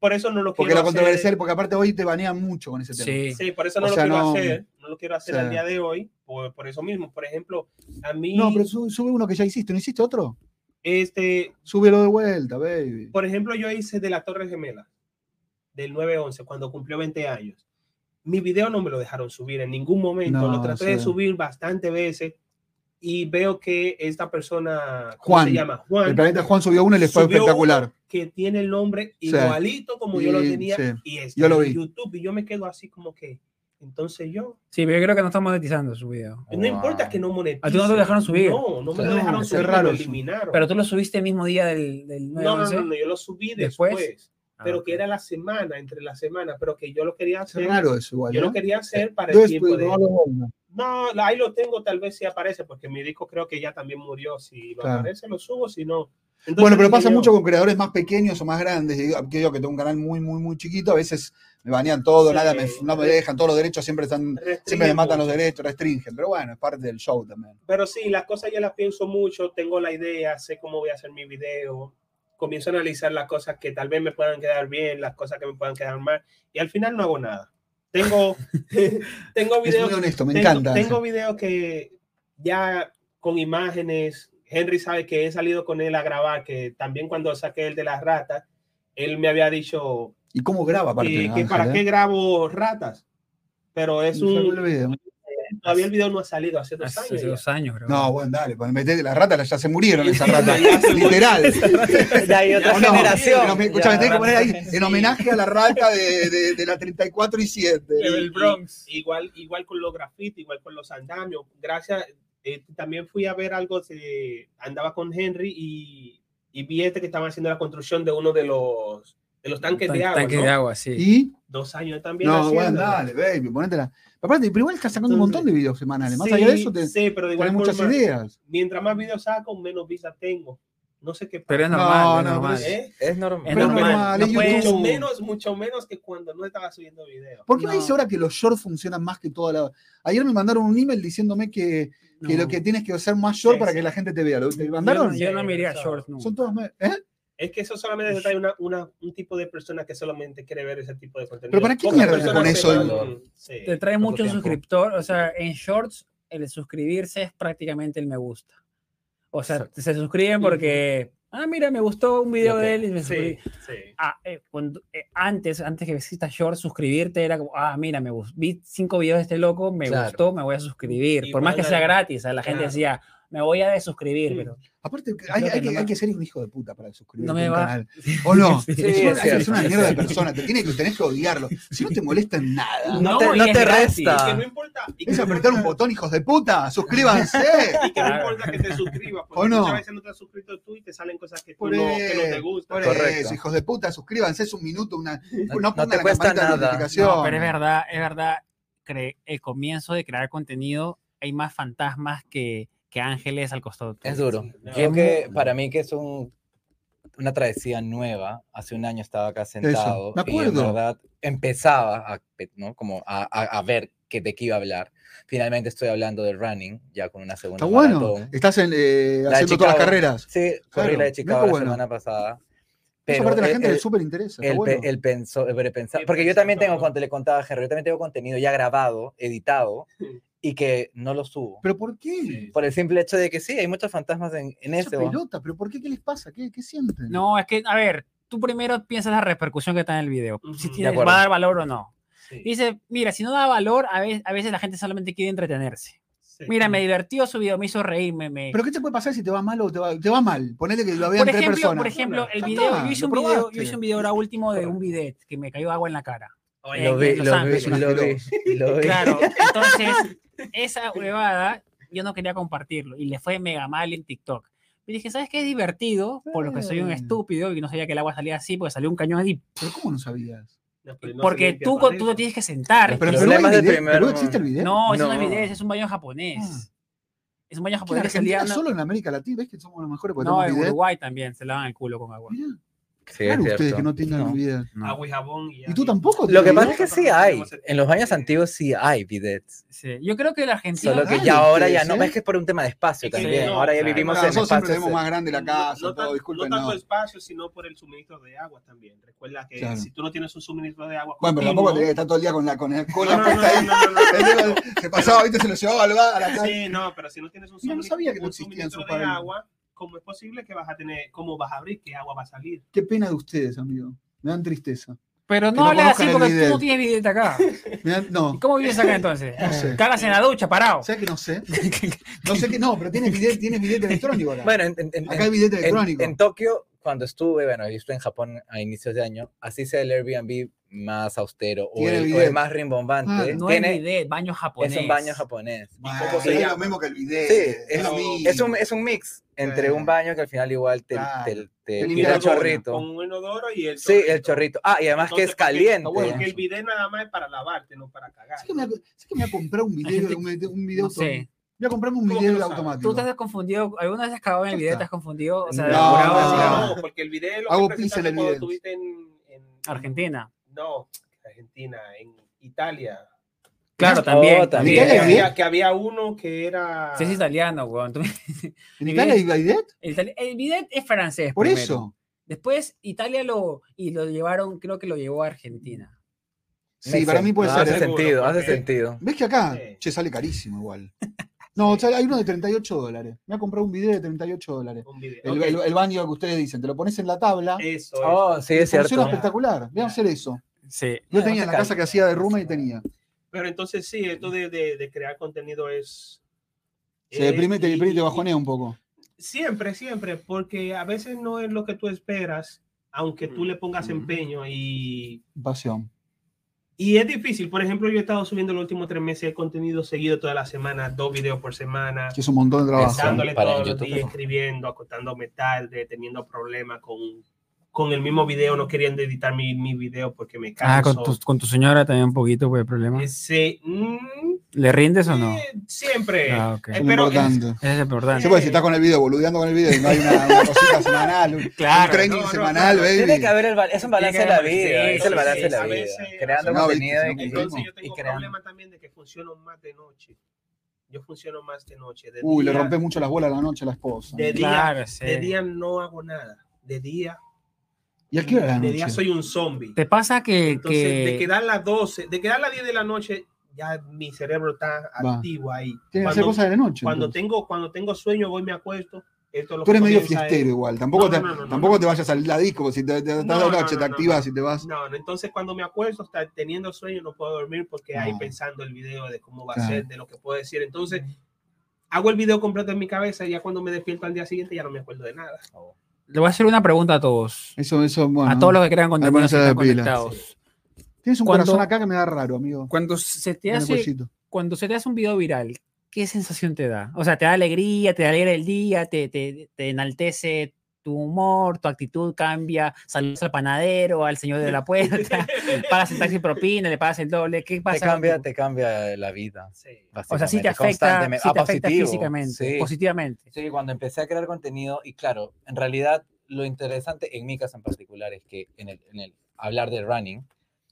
Por eso no lo
Porque
quiero
la
hacer.
controversial, porque aparte hoy te banean mucho con ese tema.
Sí.
Sí, por eso
O
no lo
sea,
quiero
no-
hacer. No lo quiero hacer
Sí.
al día de hoy, por, por eso mismo. Por ejemplo, a mí,
No, pero su- sube uno que ya hiciste, ¿no hiciste otro?
este,
Súbelo de vuelta, baby.
por ejemplo, yo hice de la Torre Gemela, del 9-11, cuando cumplió 20 años. Mi video no me lo dejaron subir en ningún momento.
No,
lo traté
sí.
de subir bastantes veces y veo que esta persona, ¿cómo
Juan.
se llama?
El
Juan.
planeta Juan subió uno y le fue
Subió
espectacular.
que tiene el nombre igualito como yo lo
Sí,
tenía
sí.
y está
Yo lo
en
vi.
YouTube y yo me quedo así como que entonces yo
Sí, pero yo creo que no estamos monetizando su video.
no importa que no monetice
¿A ti no te lo dejaron subir?
no no me
No,
lo dejaron
es
subir me
raro
lo
eso.
eliminaron
Pero tú lo subiste el mismo día del, del
no, no,
9-11.
no, no, yo lo subí
¿Después?
después,
Ah,
pero
ok.
que era la semana entre la semana pero que yo lo quería
Es
hacer
raro eso igual.
yo
¿no?
lo quería hacer para el
Entonces,
tiempo
pues,
de
no lo vuelvo.
no la- ahí lo tengo tal vez si aparece porque mi disco creo que ya también murió si lo
Claro.
aparece lo subo si no Entonces,
Bueno, pero
dije
pasa
yo,
mucho con creadores más pequeños o más grandes. Y Yo, que yo que tengo un canal muy, muy, muy chiquito, a veces me banean todo,
Sí.
nada, me, no me dejan, todos los derechos siempre están, siempre me
restringe
matan los
mucho.
derechos, restringen. Pero bueno, es parte del show también.
Pero sí, las cosas yo las pienso mucho, tengo la idea, sé cómo voy a hacer mi video, comienzo a analizar las cosas que tal vez me puedan quedar bien, las cosas que me puedan quedar mal, y al final no hago nada. Tengo, tengo
Es
videos,
muy honesto, me
tengo,
encanta.
tengo videos que ya con imágenes, Henry sabe que he salido con él a grabar, que también cuando saqué el de las ratas, él me había dicho
¿Y cómo graba aparte? eh?
que, que
Ángel,
para
eh?
qué grabo ratas, pero es
Se me
un,
olvida.
Todavía el video no ha salido hace dos
Ah, Hace
años. ya.
dos años, creo.
No, bueno, dale, pues, metete las ratas, ya se murieron esas
Sí,
ratas,
ya se
literal.
Ya hay otra
No, no,
generación.
en home-
Ya,
Escuchame, tenés que poner ahí en
sí.
homenaje a la rata de, de- de la 34 y 7.
El Bronx.
Igual, igual con los grafitis, igual con los andamios. Gracias. eh, también fui a ver algo de. Andaba con Henry y, y vi este que estaban haciendo la construcción de uno de los, de los tanques de
Tan-
agua.
tanques
¿no?
de agua, sí.
¿Y?
Dos años también.
No,
haciendo.
bueno, dale, baby, ponétela. Pero aparte, pero igual estás sacando un
Entonces,
montón de videos semanales. Más
Sí,
allá de eso, te,
sí, pero de igual
tenés muchas
forma,
ideas.
Mientras más videos saco, menos visas tengo. No sé qué
Pero es
pasa.
normal,
No, no,
es normal.
pero
¿Eh?
Es normal.
Es
Pero
normal.
normal,
no
es
puedes-
YouTube.
Mucho menos, mucho menos que cuando no estaba subiendo videos.
¿Por qué me
No.
dice ahora que los shorts funcionan más que toda la.? Ayer me mandaron un email diciéndome que, que
No,
lo que tienes que hacer más short
Sí,
para
sí.
que la gente te vea. ¿Lo- ¿Te
yo
mandaron?
no- Yo no me iría a
Sí,
shorts, no.
Son todos. me- ¿Eh?
Es que eso solamente se trae una, una- un tipo de persona que solamente quiere ver ese tipo de contenido.
Pero ¿para qué
Pocas
mierda le
personas
pone
se
eso
van-
en-
mm, Sí.
Te trae
tanto
mucho
tiempo.
suscriptor, o sea, en shorts el suscribirse es prácticamente el me gusta. O sea, se suscriben porque, ah, mira, me gustó un video
Lo que-
de él y me suscribí.
Sí, sí.
Ah, eh, cuando- eh, antes, antes que exista Shorts, suscribirte era como, ah, mira, me gus- vi cinco videos de este loco, me
Claro.
gustó, me voy a suscribir.
Y
Por más que
ponerle-
sea gratis, a la gente
Claro.
decía, me voy a desuscribir,
Mm.
pero
Aparte, hay,
que
hay que,
nomás-
hay que ser un hijo de puta para suscribirte
No me
a un
va.
canal. ¿O no?
Sí,
Es
es
una- es,
cierto.
una mierda de persona, te tiene que, tenés que odiarlo. Si no te molesta en nada.
No,
No,
te,
y
no
es
te
gratis,
Y que
resta.
no importa. Y que
Es
no
apretar un
importa-
botón, hijos de puta. Suscríbanse.
Y que no importa que te suscribas, porque
¿O no?
muchas veces no te has suscrito tú y te salen cosas que, tú
Por
no, que no te
eso,
gustan.
Por
Correcto.
eso, hijos de puta, suscríbanse, es un minuto, una,
No,
no
no
pongan
te
la
cuesta
campanita de
nada.
notificación.
No, pero es verdad, es verdad, cre- el comienzo de crear contenido, hay más fantasmas que, que ángeles al costado tuyo.
Es duro.
No.
Creo que para mí que es un, una travesía nueva. Hace un año estaba acá sentado.
me
Y en
acuerdo.
verdad empezaba a, pe- ¿no? Como a, a- a ver que, de qué iba a hablar. Finalmente estoy hablando de running, ya con una
Está
segunda
bueno.
maratón.
Estás en, eh,
La de
haciendo todas las
Chicago.
carreras.
Sí, corrí
Claro,
la de Chicago
mira qué
la
bueno.
semana pasada.
Eso
Pero
aparte a la
el-
gente le
el-
súper interesa.
el,
está
pe-
bueno.
el penso- el pensar-
El
porque yo también tengo,
pensamiento,
cuando le contaba a Henry, yo también tengo contenido ya grabado, editado,
Sí.
y que no lo subo.
¿Pero por qué?
Sí.
Por el simple hecho de que sí, hay muchos fantasmas en, en
Esa
ese. ¿no?
pelota, ¿pero por qué? ¿Qué les pasa? ¿Qué, qué sienten?
No, es que, a ver, tú primero piensas la repercusión que está en el video,
Ujú.
si
De
tiene-
acuerdo.
va a dar valor o no.
Sí,
Dice, mira, si no da valor, a veces, a veces la gente solamente quiere entretenerse.
sí.
Mira, me divertió su video, me hizo reír, me... me-
¿Pero qué te puede pasar si te va mal o te va, te va mal? Ponele que lo vean
Por
tres
ejemplo,
personas.
por ejemplo, el
Ya
video,
está,
yo hice,
lo
un video, yo
probaste.
hice un video ahora último de un bidet que me cayó agua en la cara.
Oye,
Eh,
Lo vi,
en Los
lo vi,
Ángeles,
un
lo vi, lo vi.
Claro, entonces esa huevada yo no quería compartirlo y le fue mega mal en TikTok. Y dije, ¿sabes qué es divertido? Por lo que soy un
Sí.
estúpido y no sabía que el agua salía así, porque salió un cañón así.
¿Pero cómo no sabías?
no, pero no se
porque
limpia
tú,
para
con- tú
arriba.
lo tienes que sentar.
Pero,
Es-
pero, hay
Problemas de
video,
primer
¿pero
mundo.
existe el video?
no, eso no, es
No.
evidencia, es un baño japonés. Es un baño
pues,
Que la
japonés que
Argentina
salía. No,
Ah. solo en América Latina, ¿ves que somos los mejores? Porque
no, en
tenemos video?
Uruguay también se lavan el culo con agua.
Mirá,
Sí, es
claro ustedes
cierto.
que no tengan
No.
video.
Agua y jabón. Y, ya.
¿Y tú tampoco?
Lo que
tenés
pasa es
video?
que sí hay. En los baños antiguos sí hay bidets.
Sí, Yo creo que la Argentina.
Solo que
hay
ya ahora ya
ustedes,
no.
¿eh?
Es que es por un tema de espacio
Es que
también.
no,
Ahora ya
claro.
vivimos
Claro,
en
nosotros siempre
espacios.
tenemos más grande la
No-
casa,
no, tan-
todo, disculpen.
no tanto
no.
espacio, sino por el suministro de agua también. Recuerda que
Claro.
si tú no tienes un suministro de agua.
Bueno, pero tampoco tenés que
continuo-
estar todo el día con la, con el- con
No,
la
no,
puesta ahí.
no, no, no, no, no.
Se pasaba, viste, se lo llevaba al bar, a la casa.
Sí, no, pero si no tienes un
Mira, no
suministro,
sabía que no
un
existían
suministro
esos
de
paneles.
agua, ¿cómo es posible que vas a tener, cómo vas a abrir, qué agua va a salir?
Qué pena de ustedes, amigo. Me dan tristeza.
Pero
que
no
no
hablas así
conozcan el
porque tú
bidet.
no tienes bidet acá.
Me dan- no,
¿Y ¿Cómo vives acá entonces?
no sé.
Eh,
Cagas en la ducha, parado.
¿Sabes que no sé? No sé que no, pero tiene billete, tiene billete electrónico ahora.
Bueno, en, en- en-
Acá hay billete
en-
electrónico.
en Tokio, cuando estuve, bueno, yo estuve en Japón a inicios de año, así sea el Airbnb más austero o
Tiene
el, o
bidet.
el más rimbombante.
Ah,
No pues.
tiene,
es bidet, baño japonés.
es un baño japonés.
Bueno,
¿Cómo se
es
llama?
lo mismo que el
Sí,
billete.
es,
lo mismo.
es un, es un mix entre un
Sí.
baño que al final igual te,
Claro.
te- te
Te
tira
limpia
el
la zona.
chorrito.
Con un inodoro y el
Sí, el chorrito. Ah, y además que
Entonces, ¿por
es
qué?
caliente.
bueno.
Porque el bidet nada más es para lavarte, no para cagar.
¿Sabes que me voy a- sabes que me voy a comprar un
Hay gente
video? Un, video- un video
No sé.
Voy a comprarme un
¿Cómo que
video
no sabe?
automático.
Tú te has confundido, alguna vez has cagado en el
Ya
video,
está.
te has confundido, o sea,
No,
de apurado hacia
no.
no, porque el bidet lo
Hago
que
pis en
presentaste
el
cuando
bidet.
estuviste en, en-
Argentina.
No, Argentina, en Italia.
Claro,
Oh,
también.
¿En
también.
Italia
Que
hay bidet?
había, que había uno que era...
Sí, es italiano, weón. Tú-
¿En Italia hay bidet?
El, itali- el bidet es francés.
Por
primero.
eso.
Después Italia lo, y lo llevaron, creo que lo llevó a Argentina.
Sí, para mí puede
No,
ser.
Hace
¿eh?
Seguro,
sentido, hace
porque-
sentido.
¿Ves que acá?
Sí.
Che, sale carísimo igual. No, sale- hay uno de 38 dólares. Me ha comprado un video de 38 dólares.
Un bidet.
El,
Ok,
el- el baño que ustedes dicen, te lo pones en la tabla.
Eso,
Oh, sí, es
funciona
cierto.
espectacular. Voy a hacer eso.
Sí.
Yo
Ah,
tenía en la
sacar.
casa que hacía de ruma y tenía.
Pero entonces sí, esto de, de- de crear contenido es...
Se
eh,
deprime, te
y-
deprime y te
y-
bajonea un poco.
Siempre, siempre, porque a veces no es lo que tú esperas, aunque tú le pongas
Mm.
empeño y...
Pasión.
Y es difícil, por ejemplo, yo he estado subiendo los últimos tres meses de contenido seguido toda la semana, dos videos por semana,
Que es un montón de trabajo.
Exacto.
dándole
Para
todos los
YouTube,
días,
¿no?
escribiendo, acostándome tarde, teniendo problemas con, con el mismo video, no queriendo editar mi, mi video porque me
Ah,
canso.
con tu, con tu señora también un poquito, pues, problema.
Ese, mm,
¿Le rindes o no?
eh, siempre.
Ah, ok.
Es
eh, pero eh,
importante.
Ese es importante.
Sí, porque si estás con el video, boludeando con el video y no hay una, una cosita semanal, un, un
Claro,
training
Ah, no, no,
semanal,
no,
baby.
Tiene que haber el ba- es un balance de la
Tiene que
vida.
haber-
es el
sí,
balance de
sí,
la
a
vida.
veces-
creando
No,
contenido
viste,
y-
sí,
Entonces yo
y
tengo
creando.
problemas también de que funciono más de noche. Yo funciono más de noche. De
Uy, le
día-
rompes mucho las bolas a la noche a la esposa.
De día,
Claro, sí.
de día no hago nada. De día,
¿Y a qué hora la
de día
noche?
soy un zombie.
¿Te pasa que,
Entonces,
que-
de quedar las 12, de quedar las 10 de la noche, ya mi cerebro está
Va.
activo ahí.
Tienes que hacer
Cuando,
cosas de la noche.
cuando,
entonces.
tengo, cuando tengo sueño, voy, me acuesto. Esto es lo
Tú eres
que
medio
comienza, eh.
fiestero igual. Tampoco,
No,
te,
no, no, no,
tampoco
no.
te vayas a salir la disco. porque Si te, te- te-
No,
la
no,
noche,
no,
te
no,
activas
no.
y te vas.
No, no, entonces cuando me acuesto, está teniendo sueño, no puedo dormir porque ahí
No.
pensando el video de cómo va a
Claro.
ser, de lo que puedo decir. Entonces, hago el video completo en mi cabeza y ya cuando me despierto al día siguiente ya no me acuerdo de nada.
Oh. Le voy a hacer una pregunta a todos.
Eso, eso, bueno.
a todos los que crean contenido
ponerse
que están
las pilas.
conectados.
Tienes un
cuando-
corazón acá que me da raro, amigo.
Cuando se te
Tiene
hace,
cuellito.
cuando se te hace un video viral, ¿qué sensación te da? O sea, te da alegría, te alegra el día, te, te, te enaltece tu humor, tu actitud cambia, saludas al panadero, al señor de la puerta, pagas el taxi propina, le pagas el doble, ¿qué
Te
pasa?
cambia, te cambia la vida.
Sí.
o sea, sí te
básicamente,
afecta,
constantemente.
sí te
Ah,
afecta
positivo,
físicamente,
sí.
positivamente.
Sí, cuando empecé a crear contenido, y claro, en realidad lo interesante en mi caso en particular es que en el, en el hablar de running,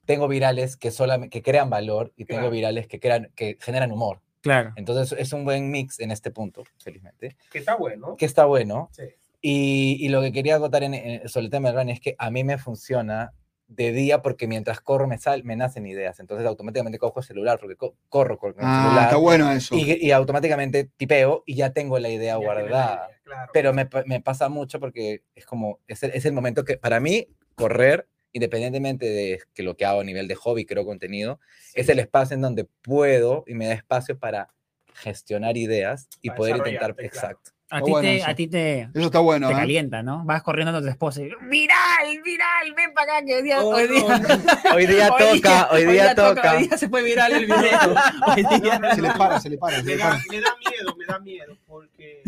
tengo virales que, solamente, que crean valor y tengo
Claro.
virales que, crean, que generan humor.
Claro.
Entonces es un buen mix en este punto, felizmente,
Que está bueno.
que está bueno.
Sí.
Y, y lo que quería agotar en, en- sobre el tema del running es que a mí me funciona de día porque mientras corro me, sal, me nacen ideas. Entonces automáticamente cojo el celular porque co- corro con el
Ah,
celular.
está bueno eso.
Y, y automáticamente tipeo y ya tengo la idea
Ya tienes la
guardada.
idea, claro.
Pero me, pa- me pasa mucho porque es como, es el, es el momento que para mí correr, independientemente de que lo que hago a nivel de hobby, creo contenido, es el espacio en donde puedo y me da espacio para gestionar ideas y
Para
poder intentar,
desarrollarte, claro.
exacto.
A
Está
ti
bueno
te,
eso.
a ti te,
Eso está bueno,
te
¿eh?
calienta, ¿no? Vas corriendo a tu esposa y ¡Viral! ¡Viral! ¡Ven para acá que hoy día,
Oh,
hoy
no,
día,
Hoy día toca, hoy día toca.
Hoy día se fue viral el video.
no, no, no,
Se le
no.
para, se le para. Se
me
le
da,
para.
me da miedo, me da miedo, porque,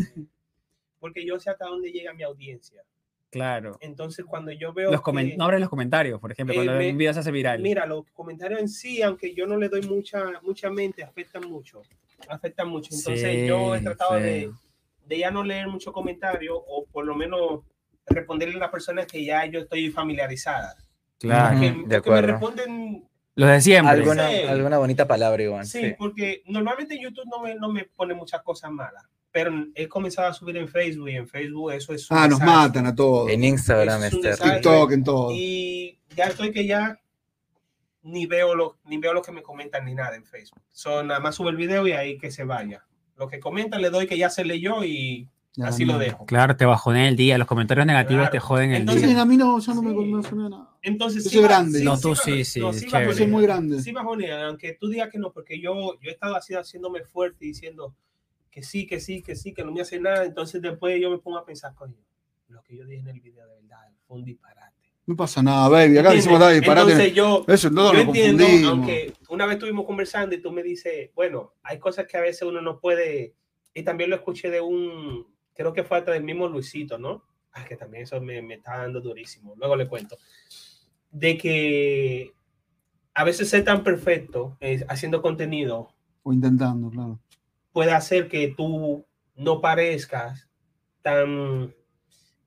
porque yo sé hasta dónde llega mi audiencia.
Claro.
Entonces, cuando yo veo.
Los
que-
comen- no abres los comentarios, por ejemplo,
Eh,
cuando
me-
un video se hace viral.
Mira, los comentarios en sí, aunque yo no le doy mucha, mucha mente, afectan mucho. Afectan mucho. Entonces,
Sí,
yo he tratado
sí.
de, de ya no leer mucho comentario o por lo menos responderle a las personas que ya yo estoy familiarizada.
claro.
Ujú,
Que-
de
porque
acuerdo.
me responden
Los de siempre.
Alguna,
Sí.
alguna bonita palabra, Iván.
Sí,
Ah, sí.
porque normalmente en YouTube no me, no me pone muchas cosas malas, pero he comenzado a subir en Facebook y en Facebook eso es... un
Ah, nos
desastre.
matan a todos.
En Instagram,
Eso es un
Esther.
desastre.
TikTok, en todo.
Y ya estoy que ya ni veo lo, ni veo lo que me comentan ni nada en Facebook. Son nada más subo el video y ahí que se vaya. Lo que comentan le doy que ya se leyó y
Ya,
así
no.
lo dejo.
Claro, te bajonea el día, los comentarios negativos
Claro.
te joden el
Entonces,
Entonces
día.
a mí no, ya no me
Sí.
conmigo nada.
Entonces,
Yo soy grande.
No, tú sí,
ba-
sí,
no,
es
bajonea.
Yo soy muy grande.
Sí bajonea, aunque tú digas que no, porque yo, yo he estado así haciéndome fuerte y diciendo que sí, que sí, que sí, que no me hace nada. Entonces después yo me pongo a pensar, coño, lo que yo dije en el video de verdad fue un disparate.
No pasa nada, baby. Acá
¿Entiendes?
decimos, dale, parate.
Entonces yo,
Eso, no
yo
nos
entiendo,
confundimos.
aunque una vez estuvimos conversando y tú me dices, bueno, hay cosas que a veces uno no puede, y también lo escuché de un, creo que fue hasta del mismo Luisito, ¿no? Ah, que también eso me, me está dando durísimo, luego le cuento, de que a veces ser tan perfecto eh, haciendo contenido
O intentando, claro.
puede hacer que tú no parezcas tan,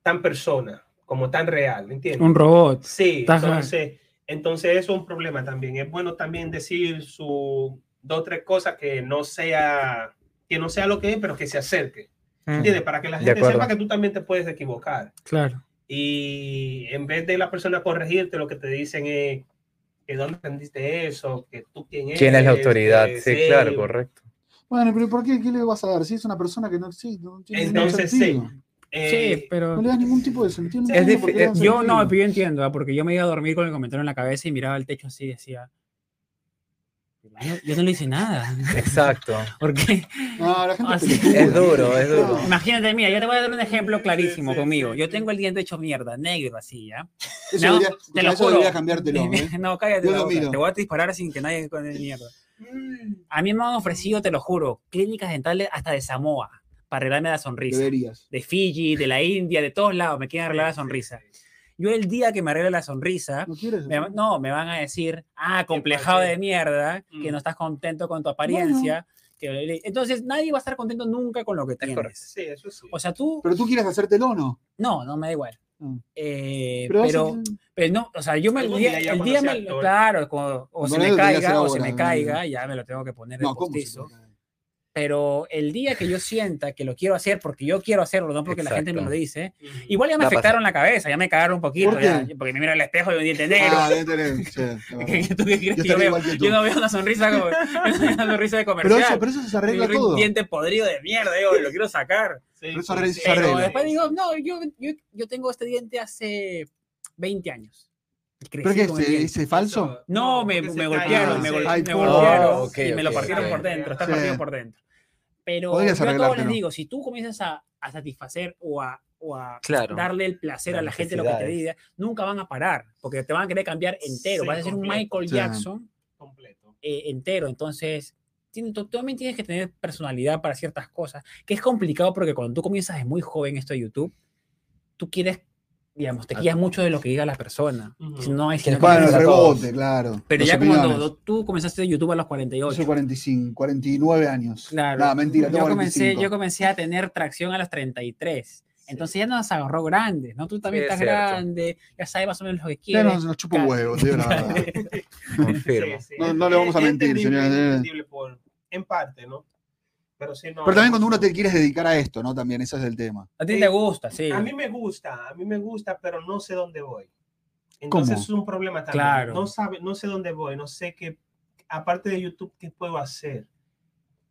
tan persona, como tan real, ¿entiendes?
Un robot.
Sí,
Está claro.
entonces, entonces eso es un problema también. Es bueno también decir su dos o tres cosas que no sea que no sea lo que es, pero que se acerque. ¿Entiendes? Para que la
Mm, De
gente
acuerdo.
sepa que tú también te puedes equivocar.
Claro.
Y en vez de la persona corregirte, lo que te dicen es que dónde aprendiste eso, que tú quién eres.
¿Quién es la autoridad?
que- eh,
Sí, claro, correcto.
Bueno, pero ¿por qué? ¿Qué le vas a dar? Si es una persona que no existe, no tiene ningún
Entonces, sí.
sentido.
Eh,
sí,
No
pero
le das ningún tipo de sentido. no
Es
entiendo por
difi-
qué le das
eh, yo
sentido.
no, pero yo entiendo, ¿ah? porque yo me iba a dormir con el comentario en la cabeza y miraba el techo así y decía, Yo, yo no le hice nada.
Exacto.
Porque,
No, la gente
Ah,
es
sí.
pelotuda.
Es duro, es duro.
No,
imagínate, mira, yo te voy a dar un ejemplo clarísimo
Sí, sí,
conmigo.
sí,
Yo
sí.
tengo el diente hecho mierda, negro así, ¿ya?
Eso,
No,
debería,
te lo
eso
juro.
debería cambiártelo. ¿eh?
no, cállate.
Yo
la
lo
boca.
miro. Mm.
Te voy a disparar sin que nadie con el mierda. A mí me han ofrecido, te lo juro, clínicas dentales hasta de Samoa para arreglarme la sonrisa.
Deberías.
De Fiji, de la India, de todos lados, me quieren arreglar la sonrisa. Yo el día que me arregle la sonrisa,
¿No quieres?
me va- no, me van a decir, ah, complejado de
parece?
mierda, que
Mm.
no estás contento con tu apariencia. que- Entonces nadie va a estar contento nunca con lo que tienes.
Sí, eso sí.
O sea, tú,
Pero tú quieres hacértelo o no.
no, no me da igual.
Mm.
Eh,
Pero, vas a-
pero pero no, o sea, yo me el
Algún
día,
día ya
el
cuando
día
sea
me lo-
actor.
claro, como- o
Bueno,
se me
eso debería ser
caiga, o se
ahora,
me
¿no?
caiga, ya me lo tengo que poner de
No, ¿cómo?
postizo. Pero el día que yo sienta que lo quiero hacer porque yo quiero hacerlo, no porque la gente me lo
Exacto.
dice,
Ujú.
igual ya me
Va a pasar.
afectaron la cabeza, ya me cagaron un poquito,
¿Por
ya,
qué?
porque me miro al espejo y me diente negro.
Ah, debe tener. sí, de verdad.
¿Tú qué crees
Yo
que yo
estaría
veo?
igual que tú.
Yo no veo una sonrisa como una sonrisa de
Pero
comercial.
eso, pero eso se
Me
arregla
veo un
todo.
diente podrido de mierda, digo, lo quiero sacar.
Sí,
Pero eso
sí,
arregla-
sí.
se
Pero
arregla.
después digo, no, yo, yo, yo tengo este diente hace 20 años. Y crecí
¿Pero qué
con el
es,
diente.
es falso?
No, me,
porque
me
se
golpearon,
cae.
me, gol-
Ay,
me
por-
golpearon
Ah, ok,
y me lo
ok,
partieron
ok.
por dentro, está
Sí.
partido por dentro. Pero
Podrías
yo a todos les
arreglártelo.
digo, si tú comienzas a, a satisfacer o a, o a
Claro.
darle el placer a la
Las
gente lo que te diga,
necesidades.
nunca van a parar, porque te van a querer cambiar entero,
Sí,
vas a ser un
completo.
Michael
Sí.
Jackson
completo.
eh, entero, entonces... tienes- tú también tienes que tener personalidad para ciertas cosas, que es complicado porque cuando tú comienzas de muy joven esto de YouTube, tú quieres, digamos, te guías mucho de lo que diga la persona.
Ujú.
Si no, es
Quieres
Bueno, el
Para
rebote,
todos.
claro.
pero
Las
ya como
opiniones.
cuando tú comenzaste YouTube a los 48.
Yo soy 45, 49 años.
Claro.
Nada, mentira, tengo
yo, comencé,
45.
yo comencé a tener tracción a los 33. Entonces ya nos agarró grandes, ¿no? Tú también
es
estás
cierto.
grande, ya sabes más o menos lo que
Ya
quieres.
nos, nos chupa un huevo, tío, la verdad.
Confirmo.
Sí, sí.
No- no le vamos a
Es
mentir, eh.
entendible,
señora.
es entendible por- en parte, ¿no? Pero sí, no.
Pero también cuando uno te quieres dedicar a esto, ¿no? También, ese es el tema.
A ti
Sí.
te gusta, sí.
A mí me gusta, a mí me gusta, pero no sé dónde voy. Entonces
¿Cómo?
es un problema también.
Claro.
No, sabe, no sé dónde voy, no sé qué, aparte de YouTube, qué puedo hacer.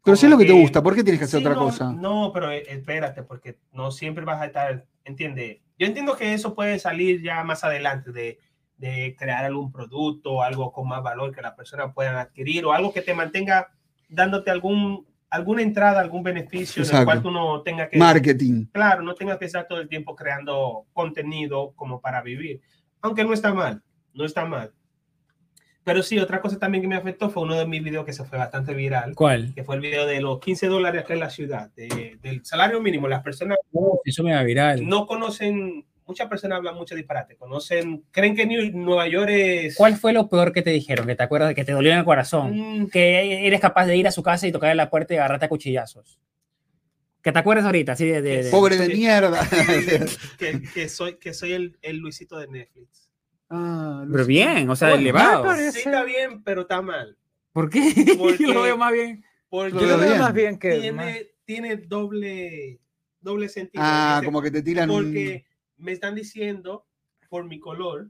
Pero si es lo que te
Como
gusta, ¿por qué tienes que hacer
Sí,
otra
no,
cosa?
No, pero eh, espérate, porque no siempre vas a estar, entiende. Yo entiendo que eso puede salir ya más adelante de, de crear algún producto, algo con más valor que la persona pueda adquirir o algo que te mantenga dándote algún alguna entrada, algún beneficio del
Exacto.
cual tú no tengas que
Marketing.
claro, no tengas que estar todo el tiempo creando contenido como para vivir, aunque no está mal, no está mal. Pero sí, otra cosa también que me afectó fue uno de mis videos que se fue bastante viral
¿Cuál?
que fue el video de los 15 dólares acá en la ciudad, de- del salario mínimo. Las personas
Eso me va viral.
no conocen, muchas personas hablan mucho disparate, conocen, creen que New- Nueva York es...
¿Cuál fue lo peor que te dijeron? Que te acuerdas de que te dolió en el corazón.
Mm,
Que eres capaz de ir a su casa y tocarle la puerta y agarrarte a cuchillazos. Que te acuerdas ahorita, así de. de- de-
Pobre de mierda.
que, que soy, que soy el, el Luisito de Netflix.
Ah,
Pero bien, o sea,
Bueno,
elevado.
Sí, está bien, pero está mal.
¿Por qué?
Porque-
Yo lo veo más bien.
Porque
Yo lo veo
más bien que. más-
tiene, tiene doble, doble sentido.
Ah,
Dice,
como que te tiran. un-
Porque me están diciendo por mi color,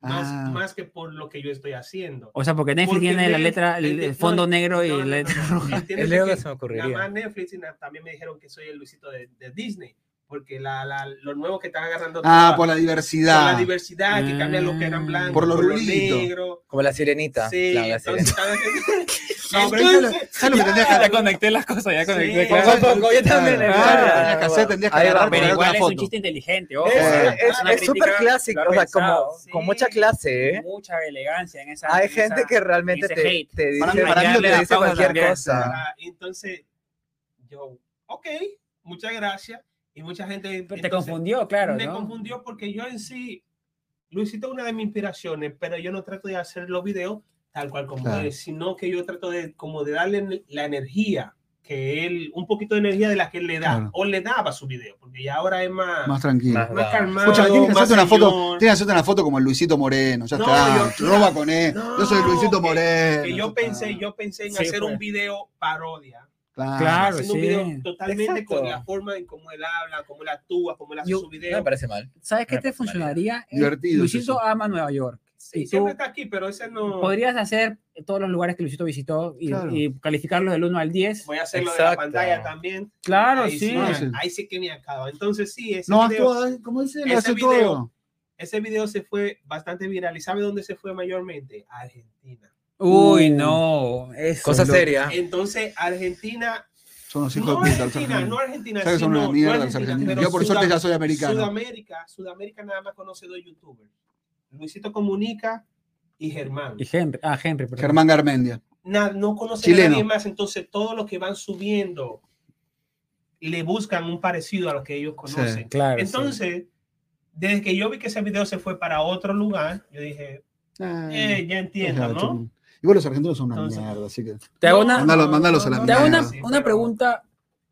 Ah.
más, más que por lo que yo estoy haciendo.
O sea, porque Netflix
Porque
tiene la
Netflix-
letra, el,
el-
el
no,
fondo negro y la
No, no, no,
letra
no,
roja.
¿entiendes?
Es lo que
Porque
se me
Nada más
ocurriría.
Netflix y na- también me dijeron que soy el Luisito de, de Disney, porque la, la, lo nuevo que están agarrando
Ah,
toda-
por la
por
diversidad.
la diversidad, que cambian lo que eran blancos
Por los
por lo
rulitos.
negro.
Como la sirenita.
Sí,
claro, la
entonces
sirenita.
están
No,
haciendo-
pero eso es lo- eso es lo que tendrías que
Ya conecté las cosas, ya
conecté, Sí.
Poco a poco, yo también.
Claro,
claro,
tendrías que hacer,
bueno.
tendrías que
Ahí va,
agarrar,
Pero
poner
igual
otra
es un
foto.
chiste inteligente, ojo.
Es-
Eh,
Es
una
es súper
crítica
clásico,
lo
o sea,
pensado,
como, con mucha
sí.
clase, ¿eh?
Mucha elegancia en esa.
Hay
en esa-
gente que realmente
ese
te,
hate.
te dice,
Para mí- para mí lo que
te
da
dice
pausa
cualquier
también.
cosa.
Ah, entonces, yo, ok, muchas gracias. Y mucha gente
Pero te
entonces,
confundió, claro.
me
¿no?
confundió porque yo en sí, Luisito es una de mis inspiraciones, pero yo no trato de hacer los videos tal cual como
Claro.
es, sino que yo trato de como de darle en- la energía que él, un poquito de energía de la que él le da,
Claro.
o le daba a su video, porque ya ahora es más,
Más tranquilo.
Más-
más calmado.
Escucha, tienes que
más
hacerte una foto,
señor.
tienes que hacerte una foto como el Luisito Moreno, ya
No,
está.
yo-
Roba con él.
No,
yo soy Luisito
que-
Moreno.
Que
ya
yo pensé,
está.
yo pensé en
Sí,
hacer
pues.
un video parodia.
Claro,
haciendo
sí.
un video totalmente
Exacto.
con la forma en cómo él habla, cómo él actúa, cómo él hace
Yo-
su
No
video.
me parece mal.
¿Sabes qué te
Me parece
funcionaría? Eh,
Divertido,
Luisito
sí,
ama Nueva York.
Sí,
Y tú
siempre está aquí, pero ese no.
podrías hacer todos los lugares que Luisito visitó y,
Claro.
y calificarlos del 1 al 10.
Voy a hacerlo de la
Exacto.
pantalla también.
Claro,
ahí
sí.
me-
sí.
ahí sí que me acaba. Entonces, sí, ese,
No,
video,
actúa, como dice, le
ese
hace
video-
todo.
ese video se fue bastante viral. ¿Y sabe dónde se fue mayormente? A Argentina.
Uy,
Uh.
no. Eso
Cosa
es lo-
Ah.
seria.
Entonces, Argentina,
Son los hijos
no
de puta.
Argentina, no Argentina,
¿Sabes que son
sino-
una
no
mierda los
Argentina,
argentinos?
pero
Yo por suerte
Sudam-
ya soy americano.
Sudamérica, Sudamérica nada más conoce dos youtubers. Luisito Comunica y Germán.
Y Henry. Ah, Henry, perdón.
Germán Garmendia.
Na- no conoce a
Chileno.
nadie más, entonces todos los que van subiendo le buscan un parecido a lo que ellos
Sí.
conocen.
Claro. sí.
Entonces, desde que yo vi que ese video se fue para otro lugar, yo dije, eh, ya entiendo, ¿no?
Ah, Igual los argentinos son una
Entonces-
mierda, así que.
Te hago
No,
una,
Mándalo- mándalos a la
te hago una,
mierda.
una
pero-
pregunta.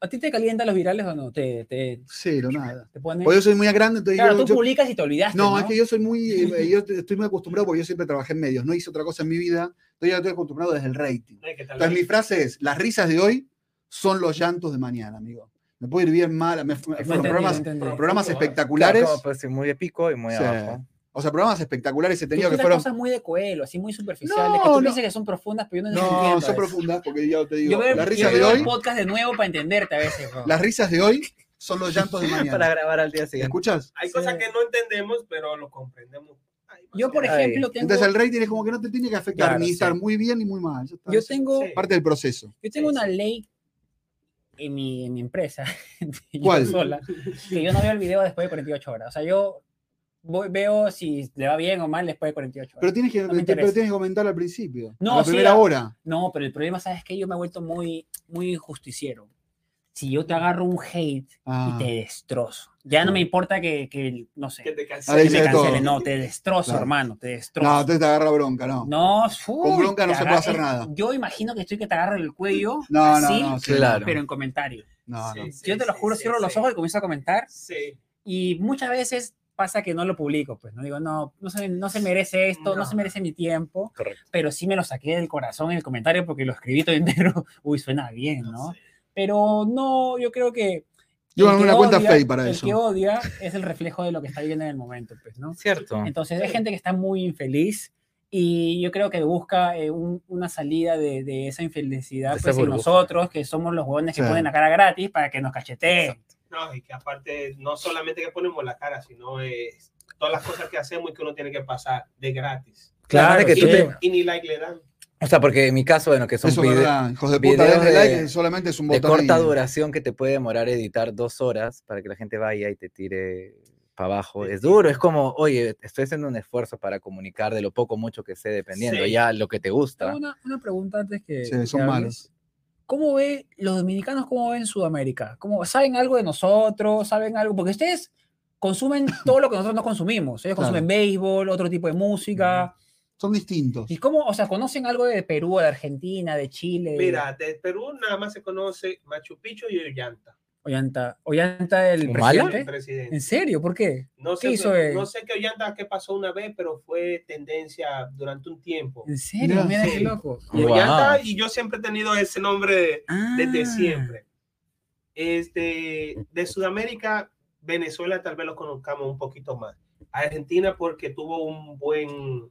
¿A ti te calientan los virales o no? ¿Te, te,
Cero, nada.
te ponen?
Porque yo soy muy grande, entonces
Claro,
yo-
tú
yo-
publicas y te olvidaste.
No,
No,
es que yo soy muy, eh, yo estoy muy acostumbrado porque yo siempre trabajé en medios, no hice otra cosa en mi vida, entonces ya estoy acostumbrado desde el rating.
Ay, ¿qué tal?
Entonces mi frase es, las risas de hoy son los llantos de mañana, amigo. Me puede ir bien mal, me-
entendí,
programas,
no entendí.
programas
Claro,
espectaculares,
Claro, como, pues, sí, muy de pico y muy
Sí.
abajo.
o sea, programas espectaculares he
Tú
tenido que
unas
fueron...
cosas muy de cuelo, así muy superficiales,
No,
que tú
no.
piensas que son profundas, pero yo no, las entiendo.
No,
a
son
veces.
profundas, porque yo te
Yo
digo,
veo,
las
yo
risas de
veo
hoy,
el podcast de nuevo para entenderte a veces. bro.
las risas de hoy son los llantos de
Para
mañana.
grabar al día siguiente.
¿Escuchas?
Hay
Sí.
cosas que no entendemos, pero lo comprendemos. Ay, pues
Yo, por
más
Ay.
ejemplo, tengo,
Entonces el rating es como que no te tiene que afectar
Claro,
ni
sí.
estar muy bien ni muy mal. ya está.
yo
Es
tengo,
Sí.
parte del proceso.
yo tengo
Sí,
una ley en mi, en mi empresa, yo
¿Cuál?
sola, que yo no veo el video después de 48 horas. O sea, yo voy- veo si le va bien o mal después de 48 horas.
Pero tienes que,
No me
te- pero
interesa.
tienes que comentar al principio,
No,
a la
sí,
primera
a-
hora.
No, pero el problema, ¿sabes qué? Yo me he vuelto muy, muy justiciero. Si yo te agarro un hate
Ah.
y te destrozo, ya no me importa que, que no sé,
Que
que
te
A ver,
me
dice de
cancelen.
todo.
cancelen. No, te destrozo,
Claro.
hermano, te
No,
destrozo.
entonces te agarra bronca, no.
No, uy,
Con bronca no
te
se puede
agarra-
hacer nada.
Yo imagino que estoy que te agarro el cuello,
No, no,
así,
no, sí,
claro.
pero en comentario.
No, no.
Sí, sí,
yo te lo
sí,
juro,
sí,
cierro los
sí.
ojos y comienzo a comentar.
Sí.
Y muchas veces pasa que no lo publico, pues no digo, no, no se, no se merece esto, no.
No.
se merece mi tiempo,
Correcto.
pero sí me lo saqué del corazón en el comentario porque lo escribí todo entero. Uy, suena bien, ¿no?
sé.
Pero no, yo creo que.
Yo
el
hago
que
una cuenta
odia-
fake para
el
eso.
que odia es el reflejo de lo que está viviendo en el momento, pues, ¿no?
Cierto.
Entonces hay
Sí.
gente que está muy infeliz y yo creo que busca eh, un- una salida de, de esa infelicidad
De esa
pues, en
burbuja.
nosotros, que somos los jóvenes que
Sí.
ponen la cara gratis para que nos cacheteen.
No, y que aparte, no solamente que ponemos la cara, sino es todas las cosas que hacemos y que uno tiene que pasar de gratis.
Claro,
Claro,
que tú
sí.
te-
Y ni like le dan.
O sea, porque en mi caso, bueno, que son
Eso es
vide-
verdad, hijos de puta,
videos
denle like,
de-
solamente es un
de
botón.
corta
ahí.
duración que te puede demorar editar dos horas para que la gente vaya y te tire para abajo. Es duro, es como, oye, estoy haciendo un esfuerzo para comunicar de lo poco o mucho que sé, dependiendo
Sí.
ya lo que te gusta.
Tengo una, una pregunta antes que.
Sí,
que
son
hables.
malos.
¿Cómo ve los dominicanos, cómo ven Sudamérica? ¿Cómo, ¿Saben algo de nosotros? ¿Saben algo? Porque ustedes consumen todo lo que nosotros no consumimos. Ellos
Claro.
consumen béisbol, otro tipo de música.
Son distintos.
¿Y cómo, o sea, conocen algo de Perú, de Argentina, de Chile?
Mira, de Perú nada más se conoce Machu Picchu y Ollanta.
Ollanta, Ollanta el
¿Humala?
El
presidente.
presidente.
¿En serio? ¿Por qué?
No
¿Qué
sé,
hizo
qué-
él?
no sé qué Ollanta que pasó una vez, pero fue tendencia durante un tiempo.
¿En serio?
Ya,
Mira
sí.
qué loco.
Y
Wow.
Ollanta, y yo siempre he tenido ese nombre desde
Ah,
siempre. Este, de Sudamérica, Venezuela tal vez lo conozcamos un poquito más. Argentina porque tuvo un buen...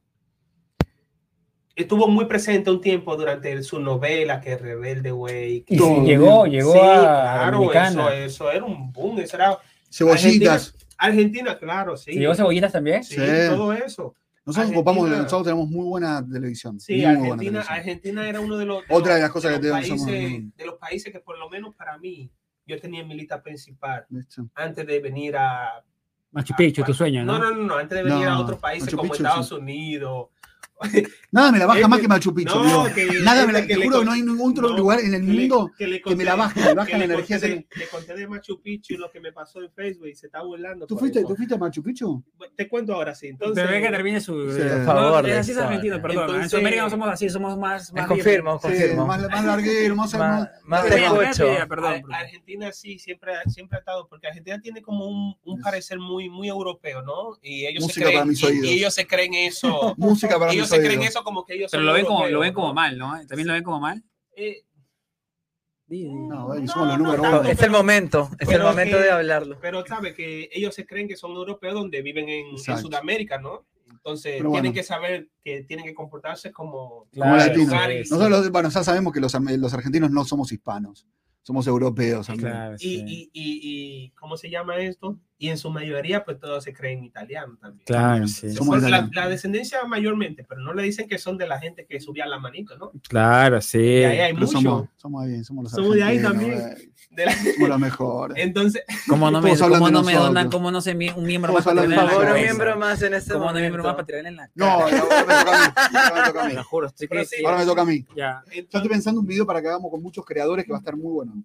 Estuvo muy presente un tiempo durante el- su novela, que es Rebelde, güey. que-
Y
Todo
sí, llegó,
Sí,
llegó a
claro, eso,
Dominicana.
eso era un boom. Eso era
Cebollitas.
Argentina, claro, sí.
¿Se ¿Llegó cebollitas también?
Sí,
Sí.
todo eso.
Nosotros nos ocupamos de-
Argentina.
nosotros tenemos muy buena televisión.
Sí,
muy buena
Argentina,
televisión.
Argentina era uno de los,
Otra
los-
de las cosas que
los
tenemos,
países,
somos-
de los países que por lo menos para mí yo tenía en mi lista principal
¿Viste?
antes de venir a
Machu Picchu,
Ah,
tu sueño,
no
¿no?
no no, no, antes de venir a
No,
otros países
Machu
como
Picchu,
Estados
sí.
Unidos.
Nada me la baja
Este-
más que Machu Picchu.
no,
amigo.
que-
Nada me la
este que
te
le
juro que
con-
no hay ningún otro
no,
lugar en el
que le-
mundo
que le
que me la
conté-
baja, me
que
baja la
le
energía.
conté
que-
de- le conté de Machu Picchu y lo que me pasó en Facebook y se está burlando.
¿Tú
por
fuiste,
eso.
¿Tú fuiste a Machu Picchu?
Te cuento ahora sí. Entonces,
Pero ve que termine su. eh,
Sí.
No,
Por
favor,
es así es
Dexter.
argentino, perdón. en
Entonces-
Sudamérica no somos así, somos más.
Más
más
confirmo,
Sí,
confirmo.
más, más larguero, más,
Más- más
libres.
te
Mira, mira,
escucho.
mira, Perdón,
Ar-
perdón.
Argentina sí, siempre, ha- siempre ha estado, porque Argentina tiene como un, un
Yes.
parecer muy, muy europeo, ¿no? Y ellos, se
Música para
creen,
mis
y-
oídos.
y ellos se creen eso.
música para
ellos
mis
se creen
oídos.
eso como que ellos
Pero
son
lo ven, como, lo
europeos,
ven como
¿no?
mal, ¿no? También lo ven como mal.
Eh,
No, bueno, somos los número
tanto,
uno.
es el momento, es el
Pero
momento
que-
de hablarlo.
Pero sabe que ellos se creen que son europeos donde viven en, en
Exacto.
Sudamérica, ¿no? Entonces
Pero
tienen
bueno.
que saber que tienen que comportarse como,
Como
Claro,
latinos.
sí,
lugares.
Nosotros, los- bueno, ya sabemos que los, am- los argentinos no somos hispanos. Somos europeos. amigo.
Claro,
y,
sí.
y, y, y- ¿cómo se llama esto? y en su mayoría pues todos se creen italianos también.
Claro, sí.
Somos
Son la,
italianos.
la descendencia mayormente, pero no le dicen que son de la gente que subía la manito, ¿no?
Claro, sí.
De ahí hay
Pero
mucho.
somos, somos bien, somos los
Somos de ahí
argentinos,
también.
eh,
de la-
Somos los mejores.
Entonces,
¿Cómo no me,
Todos hablan
cómo
de
no me
nosotros.
donan, cómo no se envía un miembro
Todos
más para
hablan de
tirarle en
nosotros.
la
Favor, un
cabeza?
miembro más en este
¿Cómo no hay miembro más para
momento.
tirarle en la
No, ahora me toca a mí, ahora me toca a
Te
mí.
lo juro, estoy
Pero
que
sí.
Ahora me toca a mí.
ya
Yo estoy pensando un video para que hagamos con muchos creadores que va a estar muy bueno.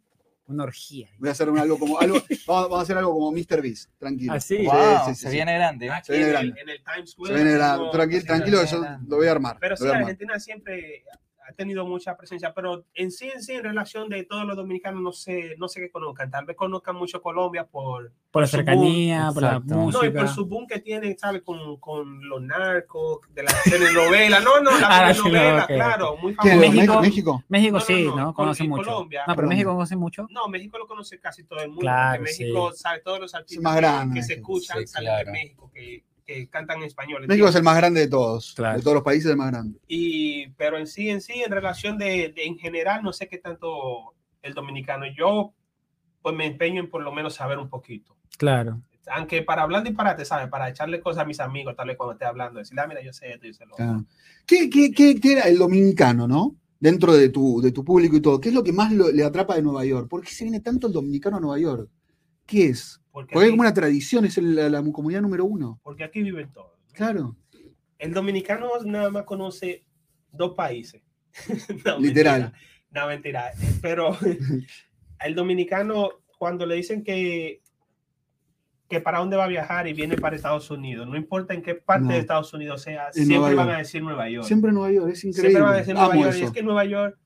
una orgía.
Voy a hacer un- algo como algo, vamos, vamos a hacer algo como Mr. Beast, tranquilo.
Así.
Sí,
Wow,
sí, sí,
se
sí.
viene grande.
aquí
Se viene
en, el,
grande.
en el Times Square.
Se viene la-
haciendo
tranqui-
cositas.
tranquilo, que yo lo voy a armar.
Pero
lo
sí,
voy a armar.
Argentina siempre ha tenido mucha presencia, pero en sí, en sí, en relación de todos los dominicanos, no sé, no sé qué conozcan. Tal vez conozcan mucho Colombia por,
Por la
Su boom.
cercanía, por la
Exacto.
no, y por
música.
su boom que tiene, ¿sabes? Con, con los narcos, de la telenovela. No, no, la
Ah,
telenovela,
sí, ok.
claro, muy
¿Quién?
famosa.
México.
México-
México.
México
No, no,
sí,
no,
¿no?
Col-
Conoce
y
mucho.
Colombia.
no, pero
Perdón.
México conoce mucho.
No, México lo conoce casi todo el mundo.
Claro,
porque México sabe todos los artistas
más
que-
grande,
que se
México.
escuchan,
Sí,
salen de
claro.
México, que, que cantan en español.
México es
¿entiendes?
el más grande de todos.
Claro.
De todos los países, el más grande.
Y, pero en sí, en sí, en relación de, de- en general, no sé qué tanto el dominicano. Yo, pues me empeño en por lo menos saber un poquito.
Claro.
Aunque para hablar disparate, ¿sabes? Para echarle cosas a mis amigos, tal vez cuando esté hablando, decirle, ah, mira, yo sé esto, yo sé lo otro".
Claro. ¿Qué, qué, qué, qué era el dominicano, no? Dentro de tu, de tu público y todo. ¿Qué es lo que más lo- le atrapa de Nueva York? ¿Por qué se viene tanto el dominicano a Nueva York? ¿Qué es?
Porque,
Porque es
aquí,
como una tradición, es el- la, la comunidad número uno.
porque aquí viven todos. ¿no?
Claro.
El dominicano nada más conoce dos países. No,
Literal.
mentira. No, mentira. Pero el dominicano, cuando le dicen que, que para dónde va a viajar y viene para Estados Unidos, no importa en qué parte
No.
de Estados Unidos sea,
En
siempre
Nueva
van
York.
a decir Nueva York. Siempre,
Siempre Nueva York, es increíble.
van a decir Nueva
Amo
York. Y
eso.
es que Nueva York.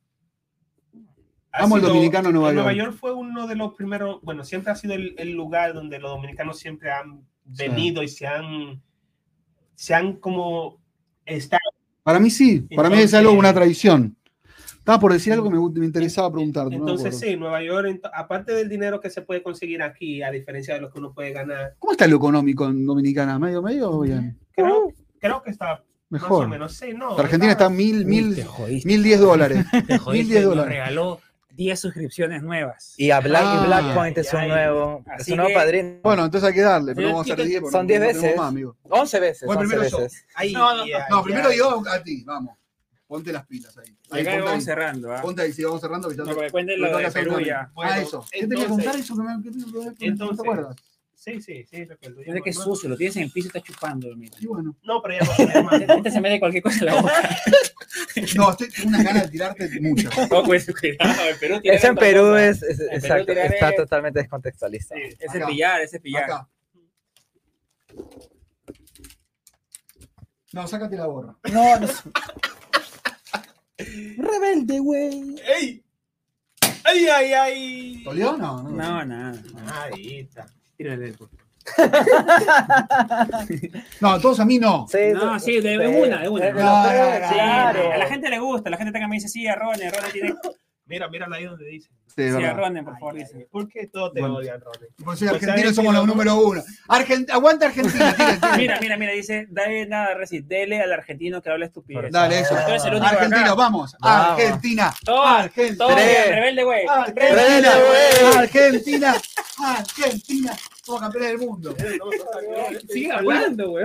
ha
Amo el
sido-
dominicano Nueva York.
Nueva York fue uno de los primeros, bueno, siempre ha sido el, el lugar donde los dominicanos siempre han venido y se han, se han como estado.
Para mí sí, para mí es
Entonces-
algo, una tradición. Estaba por decir algo que me, me interesaba preguntarte. no me
Entonces,
acuerdo.
sí, Nueva York, ento- aparte del dinero que se puede conseguir aquí, a diferencia de lo que uno puede ganar,
¿Cómo está lo económico en Dominicana? ¿Medio, medio o bien?
creo, creo que está más o
Uh. Mejor.
menos, sí, no.
Argentina está
está-
a mil,
Uy, te
mil,
jodiste,
mil diez dólares.
te jodiste.
diez
nos
dólares.
regaló 10 suscripciones nuevas.
Y a Black,
Ah.
y Black Point es
Ay,
un nuevo, es
así
un nuevo
que-
padrino.
Bueno, entonces hay que darle, pero
Pero
vamos a hacer
ticket
10. porque
son
no-
10
no tenemos
veces.
más, amigo.
11 veces.
Voy
11
primero yo.
veces.
Ay,
No, no,
ya,
No,
eh, ya.
primero yo a ti, vamos. Ponte las pilas ahí.
Y
Ahí,
acá
ponte
vamos
ahí.
cerrando. ¿ah?
Ponte ahí, sí, vamos cerrando. Que ya
No,
te-
porque cuenten lo
Pero
de
toca
Perú
hacer
ya.
Bueno,
ah, eso. ¿Qué te voy a
entonces-
contar eso? que me- que me- que me- ¿No te
Entonces-
acuerdas?
Sí, sí, sí, recuerdo.
Mira que sucio, lo tienes en el piso y está chupando. mira.
Y bueno.
No, pero ya no sé más.
Este se mete cualquier cosa en la boca.
No, estoy con unas ganas de tirarte muchas.
No, pues, cuidado, en Perú tirar
Eso en
otra
Perú
cosa.
es, es-
Perú
exacto,
tirar
está
es-
totalmente descontextualizado.
Sí.
Es
Acá.
pillar, es pillar.
Acá. No, sácate la gorra.
No, no. Rebelde, güey.
¡Ey! ¡Ay, ay, ay!
¿Dolió o no?
No, nada.
Ahí está.
Tírale.
No, todos a mí no.
No, sí, de, de una, de una.
Eh, de los
Ah,
No,
tres,
no, no,
Sí,
claro.
A la gente le gusta, la gente también me dice, sí, a Ronen, Ronen tiene...
Mira, mírala ahí donde dice.
Sí, es
Sí, a
verdad.
Ronen, por favor, dice.
¿Por qué todos te
Bueno.
odian, Ronnie?
Por ser
Pues
argentinos
sabes
somos
que
los
no-
número uno. Argen- aguanta Argentina, tira, tira.
Mira, mira, mira, dice, dale nada, reci, dele al argentino que habla estupidez.
Dale, eso.
Tú eres el único
Argentinos,
acá.
vamos.
Vamos.
Argentina.
Todo,
Argentina.
todo,
Tres.
rebelde, güey.
Argentina.
güey.
Argentina. Argentina. Somos campeones del mundo.
Sigue hablando, güey.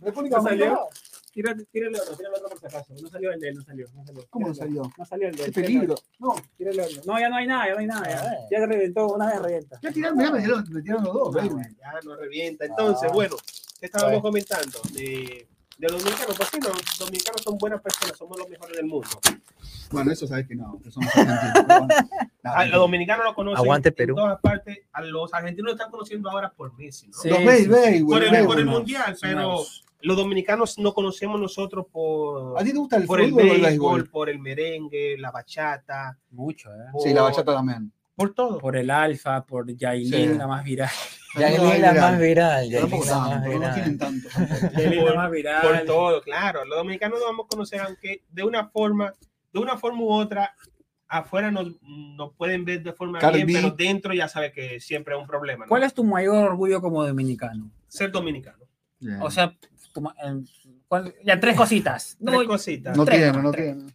República
¿No salió?
Dominicana.
Tírale, tírale otro, tírale otro por si acaso. No salió el de él, no salió. No salió.
¿Cómo no salió?
No salió el de él.
Qué peligro. No,
Tírale otro. No, ya no hay nada, ya no hay nada.
Ah.
Ya, ya se reventó, una vez revienta.
ya tiraron, mirá, me tiraron, me tiraron los dos.
Ah,
baby.
bueno.
Ya no revienta. Entonces,
Ah.
bueno, ¿qué estábamos
Bueno.
comentando? De, de los dominicanos, pues sí, no, los dominicanos son buenas personas, somos los mejores del mundo.
Ah,
Bueno, eso sabes que no, que somos argentinos. pero bueno.
A, Ah, los dominicanos lo conocen
Aguante, Perú.
en todas partes. A los argentinos lo están conociendo ahora por Messi, ¿no?
Sí,
Los veis, veis,
por,
güey.
el,
veis,
por el
güey.
mundial, pero
Nuevos.
los dominicanos no conocemos nosotros
¿A
por,
ti te gusta Ah, el
por el
fútbol o el béisbol?
béisbol, por el merengue, la bachata,
Mucho, ¿eh?
por,
Sí, la bachata también.
por todo.
Por el alfa, por Yailin,
Sí.
la más viral.
Yailin la más viral.
Yo tampoco
Yailin la más
tanto, no tienen
viral.
tanto.
Yailin la
Por-
más viral.
por todo, claro. Los dominicanos nos vamos a conocer, aunque de una forma, de una forma u otra, afuera nos, nos pueden ver de forma
Cardi
bien,
B.
pero dentro ya sabe que siempre es un problema. ¿no?
¿Cuál es tu mayor orgullo como dominicano?
Ser dominicano.
O
Ah.
sea, tu ma- em, ¿cuál- ya tres cositas.
Tres
No,
cositas.
no
tres,
tienen,
no,
no
tres.
tienen.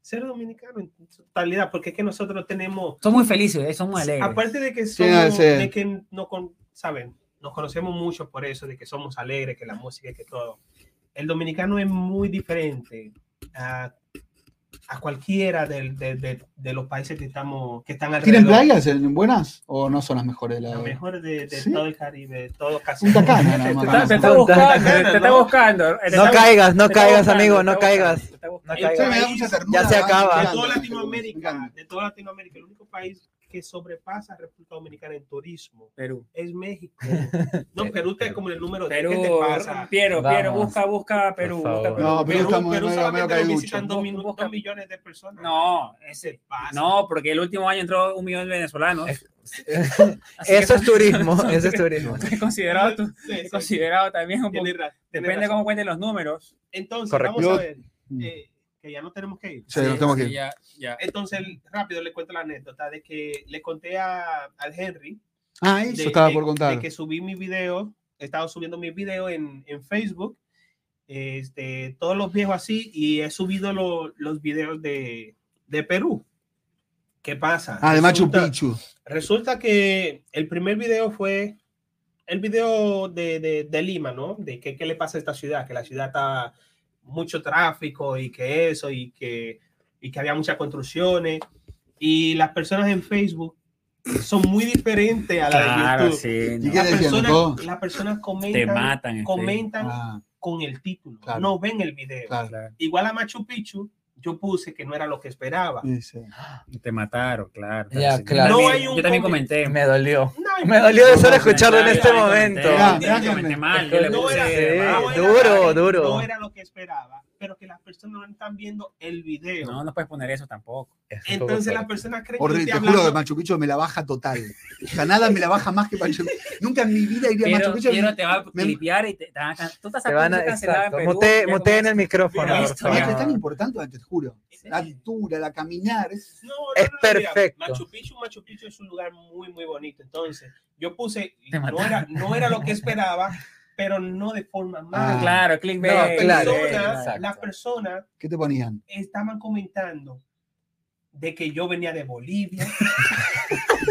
Ser dominicano en su totalidad, porque es que nosotros tenemos,
son muy felices, eh, son muy alegres.
aparte de que
Sí, ah,
somos,
sí.
de que no con, saben, nos conocemos mucho por eso, de que somos alegres, que la música, que todo. El dominicano es muy diferente a, a cualquiera del- del- del- de, los países que, estamos, que están alrededor.
¿Tienen playas en buenas o no son las mejores de la.?
Lo mejor de, de
Sí.
todo el Caribe, todo casi.
Punta Cana, nada
Te
más.
está-
Te
Te
está
está
buscando,
buscando,
te está
¿no?
buscando.
No caigas, no caigas, amigo, no caigas. No
Sí,
Sí,
caigas.
me da mucha ternura,
Ya se
¿verdad?
acaba.
Me
de
Bastante,
toda
encanta, me
Latinoamérica,
encanta.
de toda Latinoamérica, el único país que sobrepasa a República Dominicana en turismo
Perú.
es México. No, Perú está como en el número de ¿qué te
Perú,
pasa?
Piero, Piero,
Vamos.
busca, busca Perú. busca
favor.
Perú.
No, Perú está muy- medio- medio
solamente lo
caiducho.
visitan dos, minu-
Busca-
dos millones de personas.
No, ese-
se pasa.
no, porque el último año entró un millón de venezolanos. Así que
Eso es turismo, eso es turismo.
Es considerado, tu-
Sí, sí,
es considerado también un poco.
tienes ra- tienes
Depende
razón.
cómo cuenten los números.
Entonces,
Correcto.
vamos
Yo-
a ver, eh, que ya no tenemos que ir.
Sí, nos tenemos que ir.
Ya, ya.
Entonces, rápido le cuento la anécdota de que le conté a, al Henry
Ah,
de-
eso estaba
de-
por
de
contar.
que subí mi video, he estado subiendo mi video en, en Facebook, este, todos los viejos así, y he subido lo- los videos de, de Perú. ¿Qué pasa?
Ah, de Machu
Resulta-
Picchu.
Resulta que el primer video fue el video de, de- de Lima, ¿no? De qué, qué le pasa a esta ciudad, que la ciudad está mucho tráfico y que eso, y que, y que había muchas construcciones. Y las personas en Facebook son muy diferentes a las de
Claro,
YouTube.
sí.
¿Y
no.
qué
Las
decían? ¿Todo?
personas, las personas
Te
comentan,
matan. este.
comentan
Ah,
con el título,
Claro.
no ven el video.
claro.
Claro,
Igual a Machu Picchu, yo puse que no era lo que esperaba.
Sí, sí.
Te mataron, claro.
Ya,
sí.
claro.
Yo
No
también-
hay un
yo también
comen-
comenté.
Me dolió.
No,
Me dolió de solo
no,
escucharlo en
Claro,
este
yo también
momento.
comenté,
Ya,
yo comenté
déjame.
mal, yo le
No era,
puse mal.
no era-
duro, duro.
No era lo que esperaba, pero que las personas no están viendo el video.
No, no puedes poner eso tampoco.
Es un poco
Entonces las
fuerte.
personas creen
Horrible,
que
te
estoy
juro que
hablando-
Machu Picchu me la baja total. O sea, nada me la baja más que Machu Picchu. Nunca en mi vida iría a
Piero,
Machu Picchu.
Piero te va a
me-
clipear y te, te van a can- tú estás
Te van a.
cancelado en
exacto.
Perú,
Mute,
Piero,
mute en el micrófono.
Mira,
por
esto,
Machu
favor.
es tan importante, te juro. La altura, la caminar. es-
No, no,
Es
no, no, mira,
perfecto.
Machu Picchu, Machu Picchu es un lugar muy, muy bonito. Entonces, yo puse,
Te
no era, no era lo que esperaba, pero no de forma
Ah,
mala.
claro, clickbait.
No, claro.
eh,
Personas-
exacto.
las personas
¿Qué te ponían?
estaban comentando de que yo venía de Bolivia,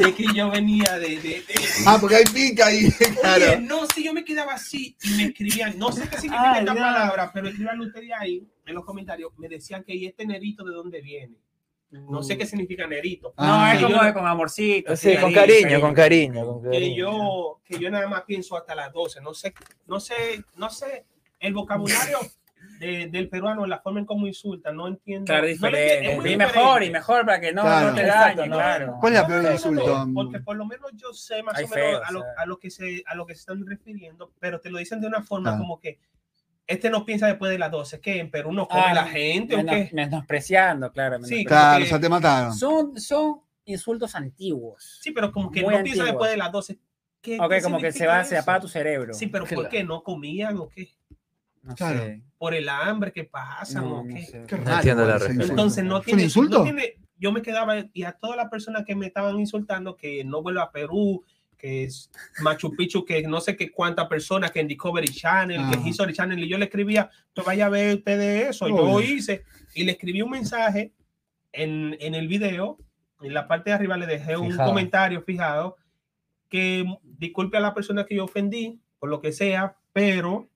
de que yo venía de- de- de,
Ah, porque hay pica ahí.
Oye,
Claro.
no, si yo me quedaba así y me escribían, no sé qué significa
Ay,
esta
Ah, ya.
palabra, pero escriban ustedes ahí en los comentarios, me decían que y este nerito de dónde viene. No sé qué
Mm.
significa nerito.
No,
Ah,
es
que
como
yo-
de con amorcito.
Sí, con cariño, con cariño. con
Que
cariño.
yo, que yo nada más pienso hasta las 12. No sé, no sé, no sé el vocabulario de- del peruano, la forma en cómo insulta, no entiendo.
Claro,
No lo entiendo,
diferente.
es muy
y
diferente.
mejor, y mejor para que no,
Claro.
no te
Exacto,
dañen,
no,
claro.
¿Cuál es la
No,
peor
no, no,
insulto?
Porque por lo menos yo sé más
Ay,
o menos
feo,
a, lo,
o sea.
a lo que se, a lo que se están refiriendo, pero te lo dicen de una forma
Claro.
como que este no piensa después de las 12, que en Perú no come
Ah,
la gente o
Menos-
qué.
menospreciando, claro.
Sí,
menospreciando.
Claro,
porque-
o sea, te mataron.
Son, son insultos antiguos.
Sí, pero como que
Muy
no piensa
antiguos.
después de las 12. ¿Qué,
ok,
qué
como que se
significa
va, se
eso?
apaga tu cerebro.
Sí, pero ¿por
Claro.
qué no comían o qué?
no
Claro.
sé.
Por el hambre que pasan
No,
o
no
qué.
sé.
Qué
No entiendo la
ese
respuesta.
insulto.
Entonces no
¿Es
tiene,
un insulto?
no tiene- yo me quedaba y a todas las personas que me estaban insultando que no vuelva a Perú, que es Machu Picchu, que no sé qué cuántas personas que en Discovery Channel, que
Ah.
en History Channel, y yo le escribía, tú vaya a ver ustedes eso, yo
Obvio.
hice, y le escribí un mensaje en, en el video, en la parte de arriba le dejé un
Fijado.
comentario fijado, que disculpe a la persona que yo ofendí, por lo que sea, pero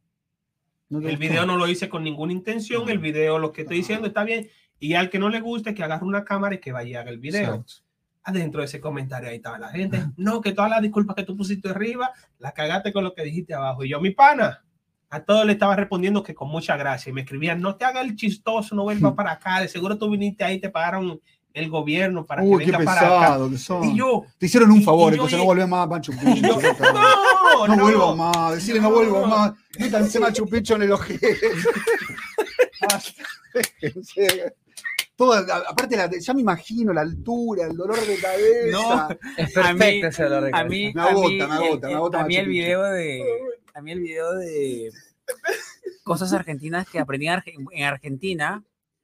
¿No te
el
gustó?
video no lo hice con ninguna intención, el video lo que estoy diciendo está bien. Y al que no le guste, que agarre una cámara y que vaya y haga el video.
Exacto.
Adentro de ese comentario ahí estaba la gente. No, que todas las disculpas que tú pusiste arriba, las cagaste con lo que dijiste abajo. Y yo, mi pana, a todos le estaba respondiendo que con mucha gracia. Y me escribían, no te haga el chistoso, no vuelvas para acá. De seguro tú viniste ahí, te pagaron el gobierno para
Uy,
que
qué
venga para acá.
pesado que son.
Y yo,
Te hicieron un
y-
favor,
y yo
entonces no
llegué-
volvés más a Machu
y yo,
Picchu. ya está.
no,
No
no,
vuelvo más, decirle no
No.
vuelvo más. Métanse Machu Picchu en el ojete. Basta. En serio. Todo, a- aparte, la- ya me imagino la altura, el dolor de cabeza.
Es
A mí-
perfecto ese dolor de
A
cabeza.
mí,
Me
a mí
agota, me
el-
agota, me
el-
agota
A mí
Machu
el
Picchu.
video de. A mí el video de. Cosas argentinas que aprendí en Arge- en Argentina.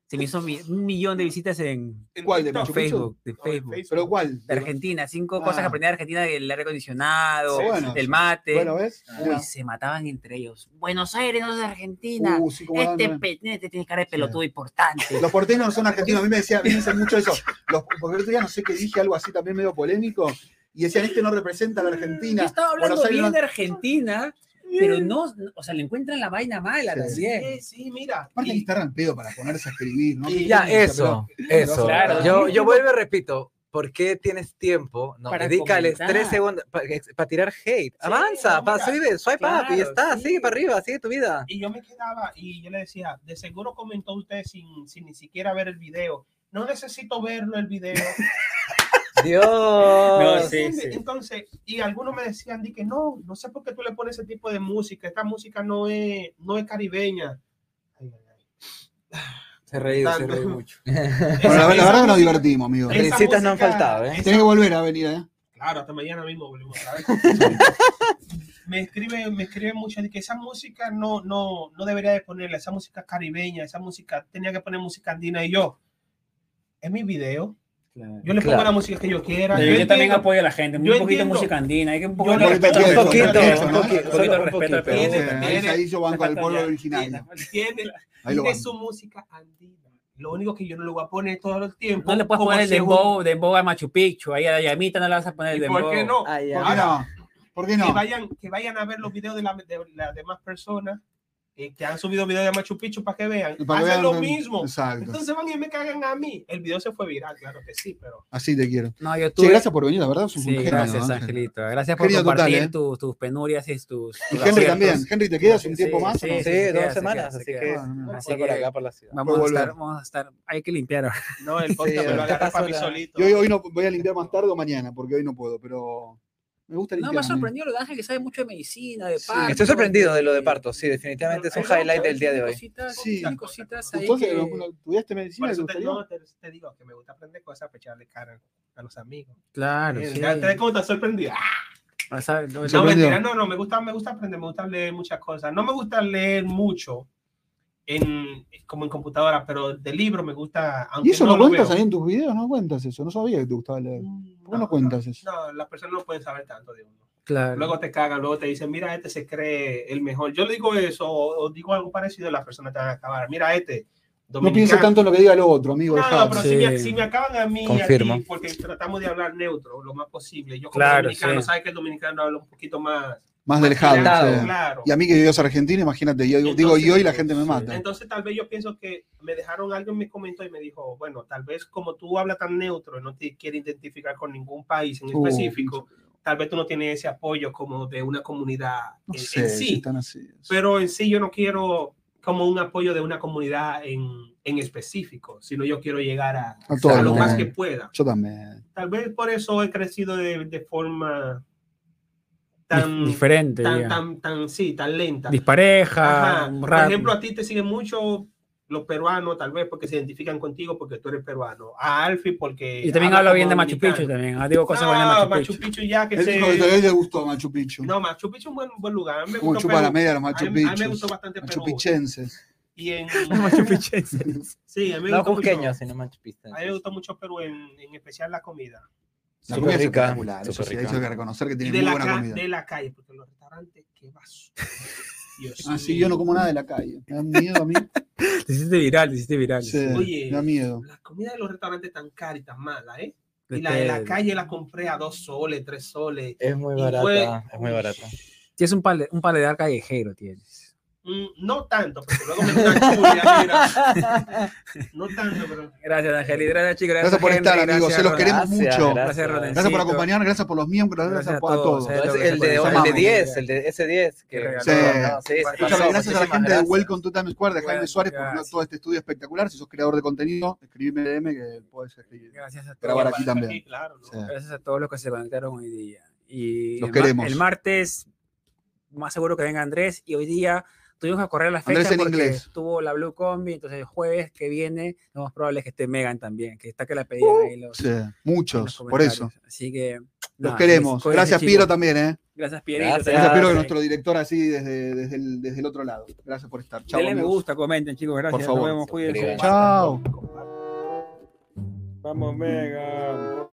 Se me hizo mi- un millón de visitas en
¿Cuál de Machu Picchu?
Facebook. De Facebook.
Pero cuál.
De Argentina. Cinco
Ah.
cosas que aprendí de Argentina: del aire acondicionado,
Sí, bueno.
del mate.
Bueno, ¿ves?
Uy, se mataban entre ellos. Buenos Aires no es de Argentina.
Uh, sí, como
este
dan-
penete tiene cara de
Sí.
pelotudo importante.
Los porteños son argentinos, a mí me decían, me dicen mucho eso. Los, porque el otro día no sé qué dije, algo así también medio polémico, y decían, este no representa a la Argentina.
Yo estaba hablando
Buenos Aires
bien
no-
de Argentina, pero no, o sea, le encuentran la vaina mala
Sí.
también.
Sí, eh, sí, mira.
Aparte que
Y-
está al pedo para ponerse a escribir, ¿no?
Y-
Ya, eso, eso.
Claro.
yo, yo vuelvo y repito, ¿por qué tienes tiempo? No,
Para
dedícales
comentar.
tres segundos para tirar hate. Avanza,
no,
pa-
mira,
sube, swipe up y
claro,
está,
sí.
sigue para arriba, sigue tu vida.
Y yo me quedaba y yo le decía, de seguro comentó usted sin, sin ni siquiera ver el video. No necesito verlo el video.
Dios.
sí.
¿Entiende? Entonces, y algunos me decían, di que no, no sé por qué tú le pones ese tipo de música. Esta música no es, no es caribeña. Ay, ay, ay.
Se reí, se
Tanto.
reí mucho.
Bueno, la,
Esa-
la verdad que nos
esa música-
divertimos, amigo.
Esa- Risitas no han faltado, ¿eh?
esa-
Tenés que volver a venir, ¿eh?
Claro, hasta mañana mismo volvemos a ver. me escribe, me escribe mucho de que esa música no, no, no debería de ponerla, esa música caribeña, esa música, tenía que poner música andina y yo. Es mi video. Yo le pongo
Claro.
la música que yo quiera.
Pero yo,
yo
también
entiendo-
apoyo a la gente, un
yo
poquito de
entiendo.
música andina, hay que un poco
Yo
de
le-
respeto.
Un
al pueblo.
poquito,
Tiene-
un poquito,
un poquito de
un
respeto al
poquito.
pueblo.
Tiene-
Bueno, ahí- ahí yo banco al pueblo originario.
Tiene,
Ahí lo
tiene
banco.
su música andina. Lo único que yo no lo voy a poner todo el tiempo.
No le puedes
como
poner el
según-
dembow, dembow a Machu Picchu, ahí a la llamita no le vas a poner el
¿Y
dembow.
¿Por qué no?
Ah, ya.
¿Por qué no? ¿Por qué
que
no?
vayan que vayan a ver los videos de, la- de las demás personas eh, que han subido videos de Machu Picchu para que vean
Para que
hacen
vean
lo
un-
mismo
Exacto.
entonces van y me cagan a mí el video se fue viral claro que sí pero
Así te quiero.
No, yo
Che,
tuve...
gracias por venir, la verdad. sos un
Sí,
genio,
gracias,
Ángel.
Angelito. Gracias por
Genio total,
compartir
¿eh?
tus, tus penurias y tus.
Y
tus
Henry
aciertos.
también. Henry, ¿te quedas un
Sí,
tiempo
sí,
más? o no?
sí,
Sí,
se
dos
queda, se
semanas,
queda, se
así
queda.
que
Ah, no, no.
Así
voy por
que-
acá, por la ciudad.
Vamos a
Puede
estar,
volver.
vamos a estar. Hay que limpiar. ahora.
no el podcast
Sí,
me lo
te
agarré
paso
para mí
la-
solito
Yo hoy, hoy no voy a limpiar más tarde o mañana, porque hoy no puedo, pero me gusta
No,
limpiar.
me ha
¿eh?
sorprendido lo de Ángel, que sabe mucho de medicina, de
Sí.
parto.
Estoy sorprendido de lo de parto, sí, definitivamente es un
Ahí vamos,
highlight del día de hoy.
Cositas,
Sí.
tiene cositas ahí
Entonces,
que-
¿estudiaste
por
medicina?
eso
¿Te
te,
gustaría?
no, te- te digo que me gusta aprender cosas para echarle cara a los amigos
Claro,
Eh,
sí.
ya te ves cómo te has sorprendido Ah,
Ah, sabe, no,
no
Sorprendido.
mentira no no me gusta me gusta aprender me gusta leer muchas cosas no me gusta leer mucho en como en computadora pero de libro me gusta aunque
¿Y eso
no
no,
lo
cuentas
veo.
ahí en tus videos? No cuentas eso. No sabía que te gustaba leer. ¿Por qué no cuentas eso?
Mm, No, las personas no pueden saber tanto de uno.
Claro.
Luego te cagan, luego te dicen, mira, este se cree el mejor. Yo le digo eso o, o digo algo parecido, las personas te van a acabar. Mira, este.
No pienses
dominicano".
tanto en lo que diga el otro, amigo.
No,
dejá.
no, pero
Sí.
si, me, si me acaban a mí,
Confirmo.
aquí, porque tratamos de hablar neutro lo más posible. Yo como
Claro,
dominicano,
sí.
sabes que el dominicano habla un poquito más.
Más del
más
jado.
Claro,
o sea.
claro.
Y a mí que yo soy argentino, imagínate, yo digo,
Entonces,
digo yo y la gente me mata.
Entonces tal vez yo pienso que me dejaron algo en mis comentarios y me dijo, bueno, tal vez como tú hablas tan neutro y no te quieres identificar con ningún país en
Uh,
específico, tal vez tú no tienes ese apoyo como de una comunidad
No
en,
sé,
en
si
sí.
están así.
Pero en sí yo no quiero como un apoyo de una comunidad en, en específico, sino yo quiero llegar a,
A todo
a
el
lo más
mundo.
que pueda.
Yo también.
Tal vez por eso he crecido de, de forma tan,
Diferente. ah,
tan,
diga.
tan, tan, sí, tan lenta.
Dispareja,
Ajá.
rap.
Por ejemplo, a ti te siguen mucho los peruanos, tal vez porque se identifican contigo porque tú eres peruano. A Alfie porque.
y también habla
habla
bien de
como
Machu Picchu
dominicano.
también. Ah, digo cosas buenas
Ah,
de
Machu
Machu
Picchu.
Picchu.
ya que
Él
se.
dijo que también le gustó Machu Picchu.
No, Machu Picchu es un buen, buen lugar. A mí Me
Como
gustó
chupa la
Perú.
media los
A
Machu
mí- a mí me
Picchu.
gustó bastante
Machu
Perú.
Pichenses.
Y en,
Machu Picchu.
sí, a mí me
No
gustó mucho-
cusqueños, sino manchupistas.
A mí me gustó mucho Perú, en, en especial la comida.
La
Súper
comida es
rica,
espectacular. Eso
súper
sí, hay
rica.
que reconocer que
Y
tiene
de
muy
la,
buena
ca-
comida.
de la calle, porque los restaurantes, qué vaso. Dios
Ah, sí,
mío.
yo no como nada de la calle. Me da miedo a mí.
Te hiciste viral, te hiciste viral.
Sí,
Oye.
me da miedo.
La comida de los restaurantes tan cara y tan mala, ¿eh? Y la de la
Este,
calle la compré a dos soles, tres soles.
Es muy
Y
barata,
fue-
es muy barata.
Tienes un, pale- un paladar callejero, tienes.
Mm, no tanto, porque luego me dio una curia, mira. No tanto, pero.
Gracias, Angelito. Gracias, chicos.
Gracias por estar,
Henry,
amigos.
gracias,
Se los queremos
Ronald.
mucho.
gracias, Rodencito.
Gracias por acompañarnos, gracias por los miembros, gracias,
Gracias a
por- a
todos,
todos.
eh.
No, es el de, el de
Amamos.
10, el de ese 10 que
Qué regalo.
Sí.
No, sí, se
Muchas
pasó,
gracias a la
muchísimas
gente de
gracias.
Welcome to Times Square, de Jaime
Bueno,
Suárez, por
gracias.
todo este estudio espectacular. Si sos creador de contenido, escribime DM que puedes escribir.
Gracias a todos.
Grabar aquí también.
claro, ¿no?
Sí.
Gracias a todos los que se conectaron hoy día. Y
Los
el ma-
queremos.
El martes, más seguro que venga Andrés. Y hoy día tuvimos que correr la fecha
Andrés en
porque
inglés.
tuvo la Blue Combi. Entonces, el jueves que viene, lo más probable es que esté Megan también, que está que la pedían ahí los,
Sí,
en
muchos,
los
Uh, por eso.
comentarios. Así que.
Los
nada,
queremos.
cuídense,
Gracias,
chicos.
Piero, también, ¿eh?
Gracias, Pierito.
Gracias.
Gracias,
Ah,
Piero, que
sí.
nuestro director así desde, desde, el, desde el otro lado. Gracias por estar. Chao.
Denle me gusta, comenten, chicos. Gracias.
favor.
Nos vemos. Cuídense.
Suscríbanse.
Chao.
Vamos, Megan.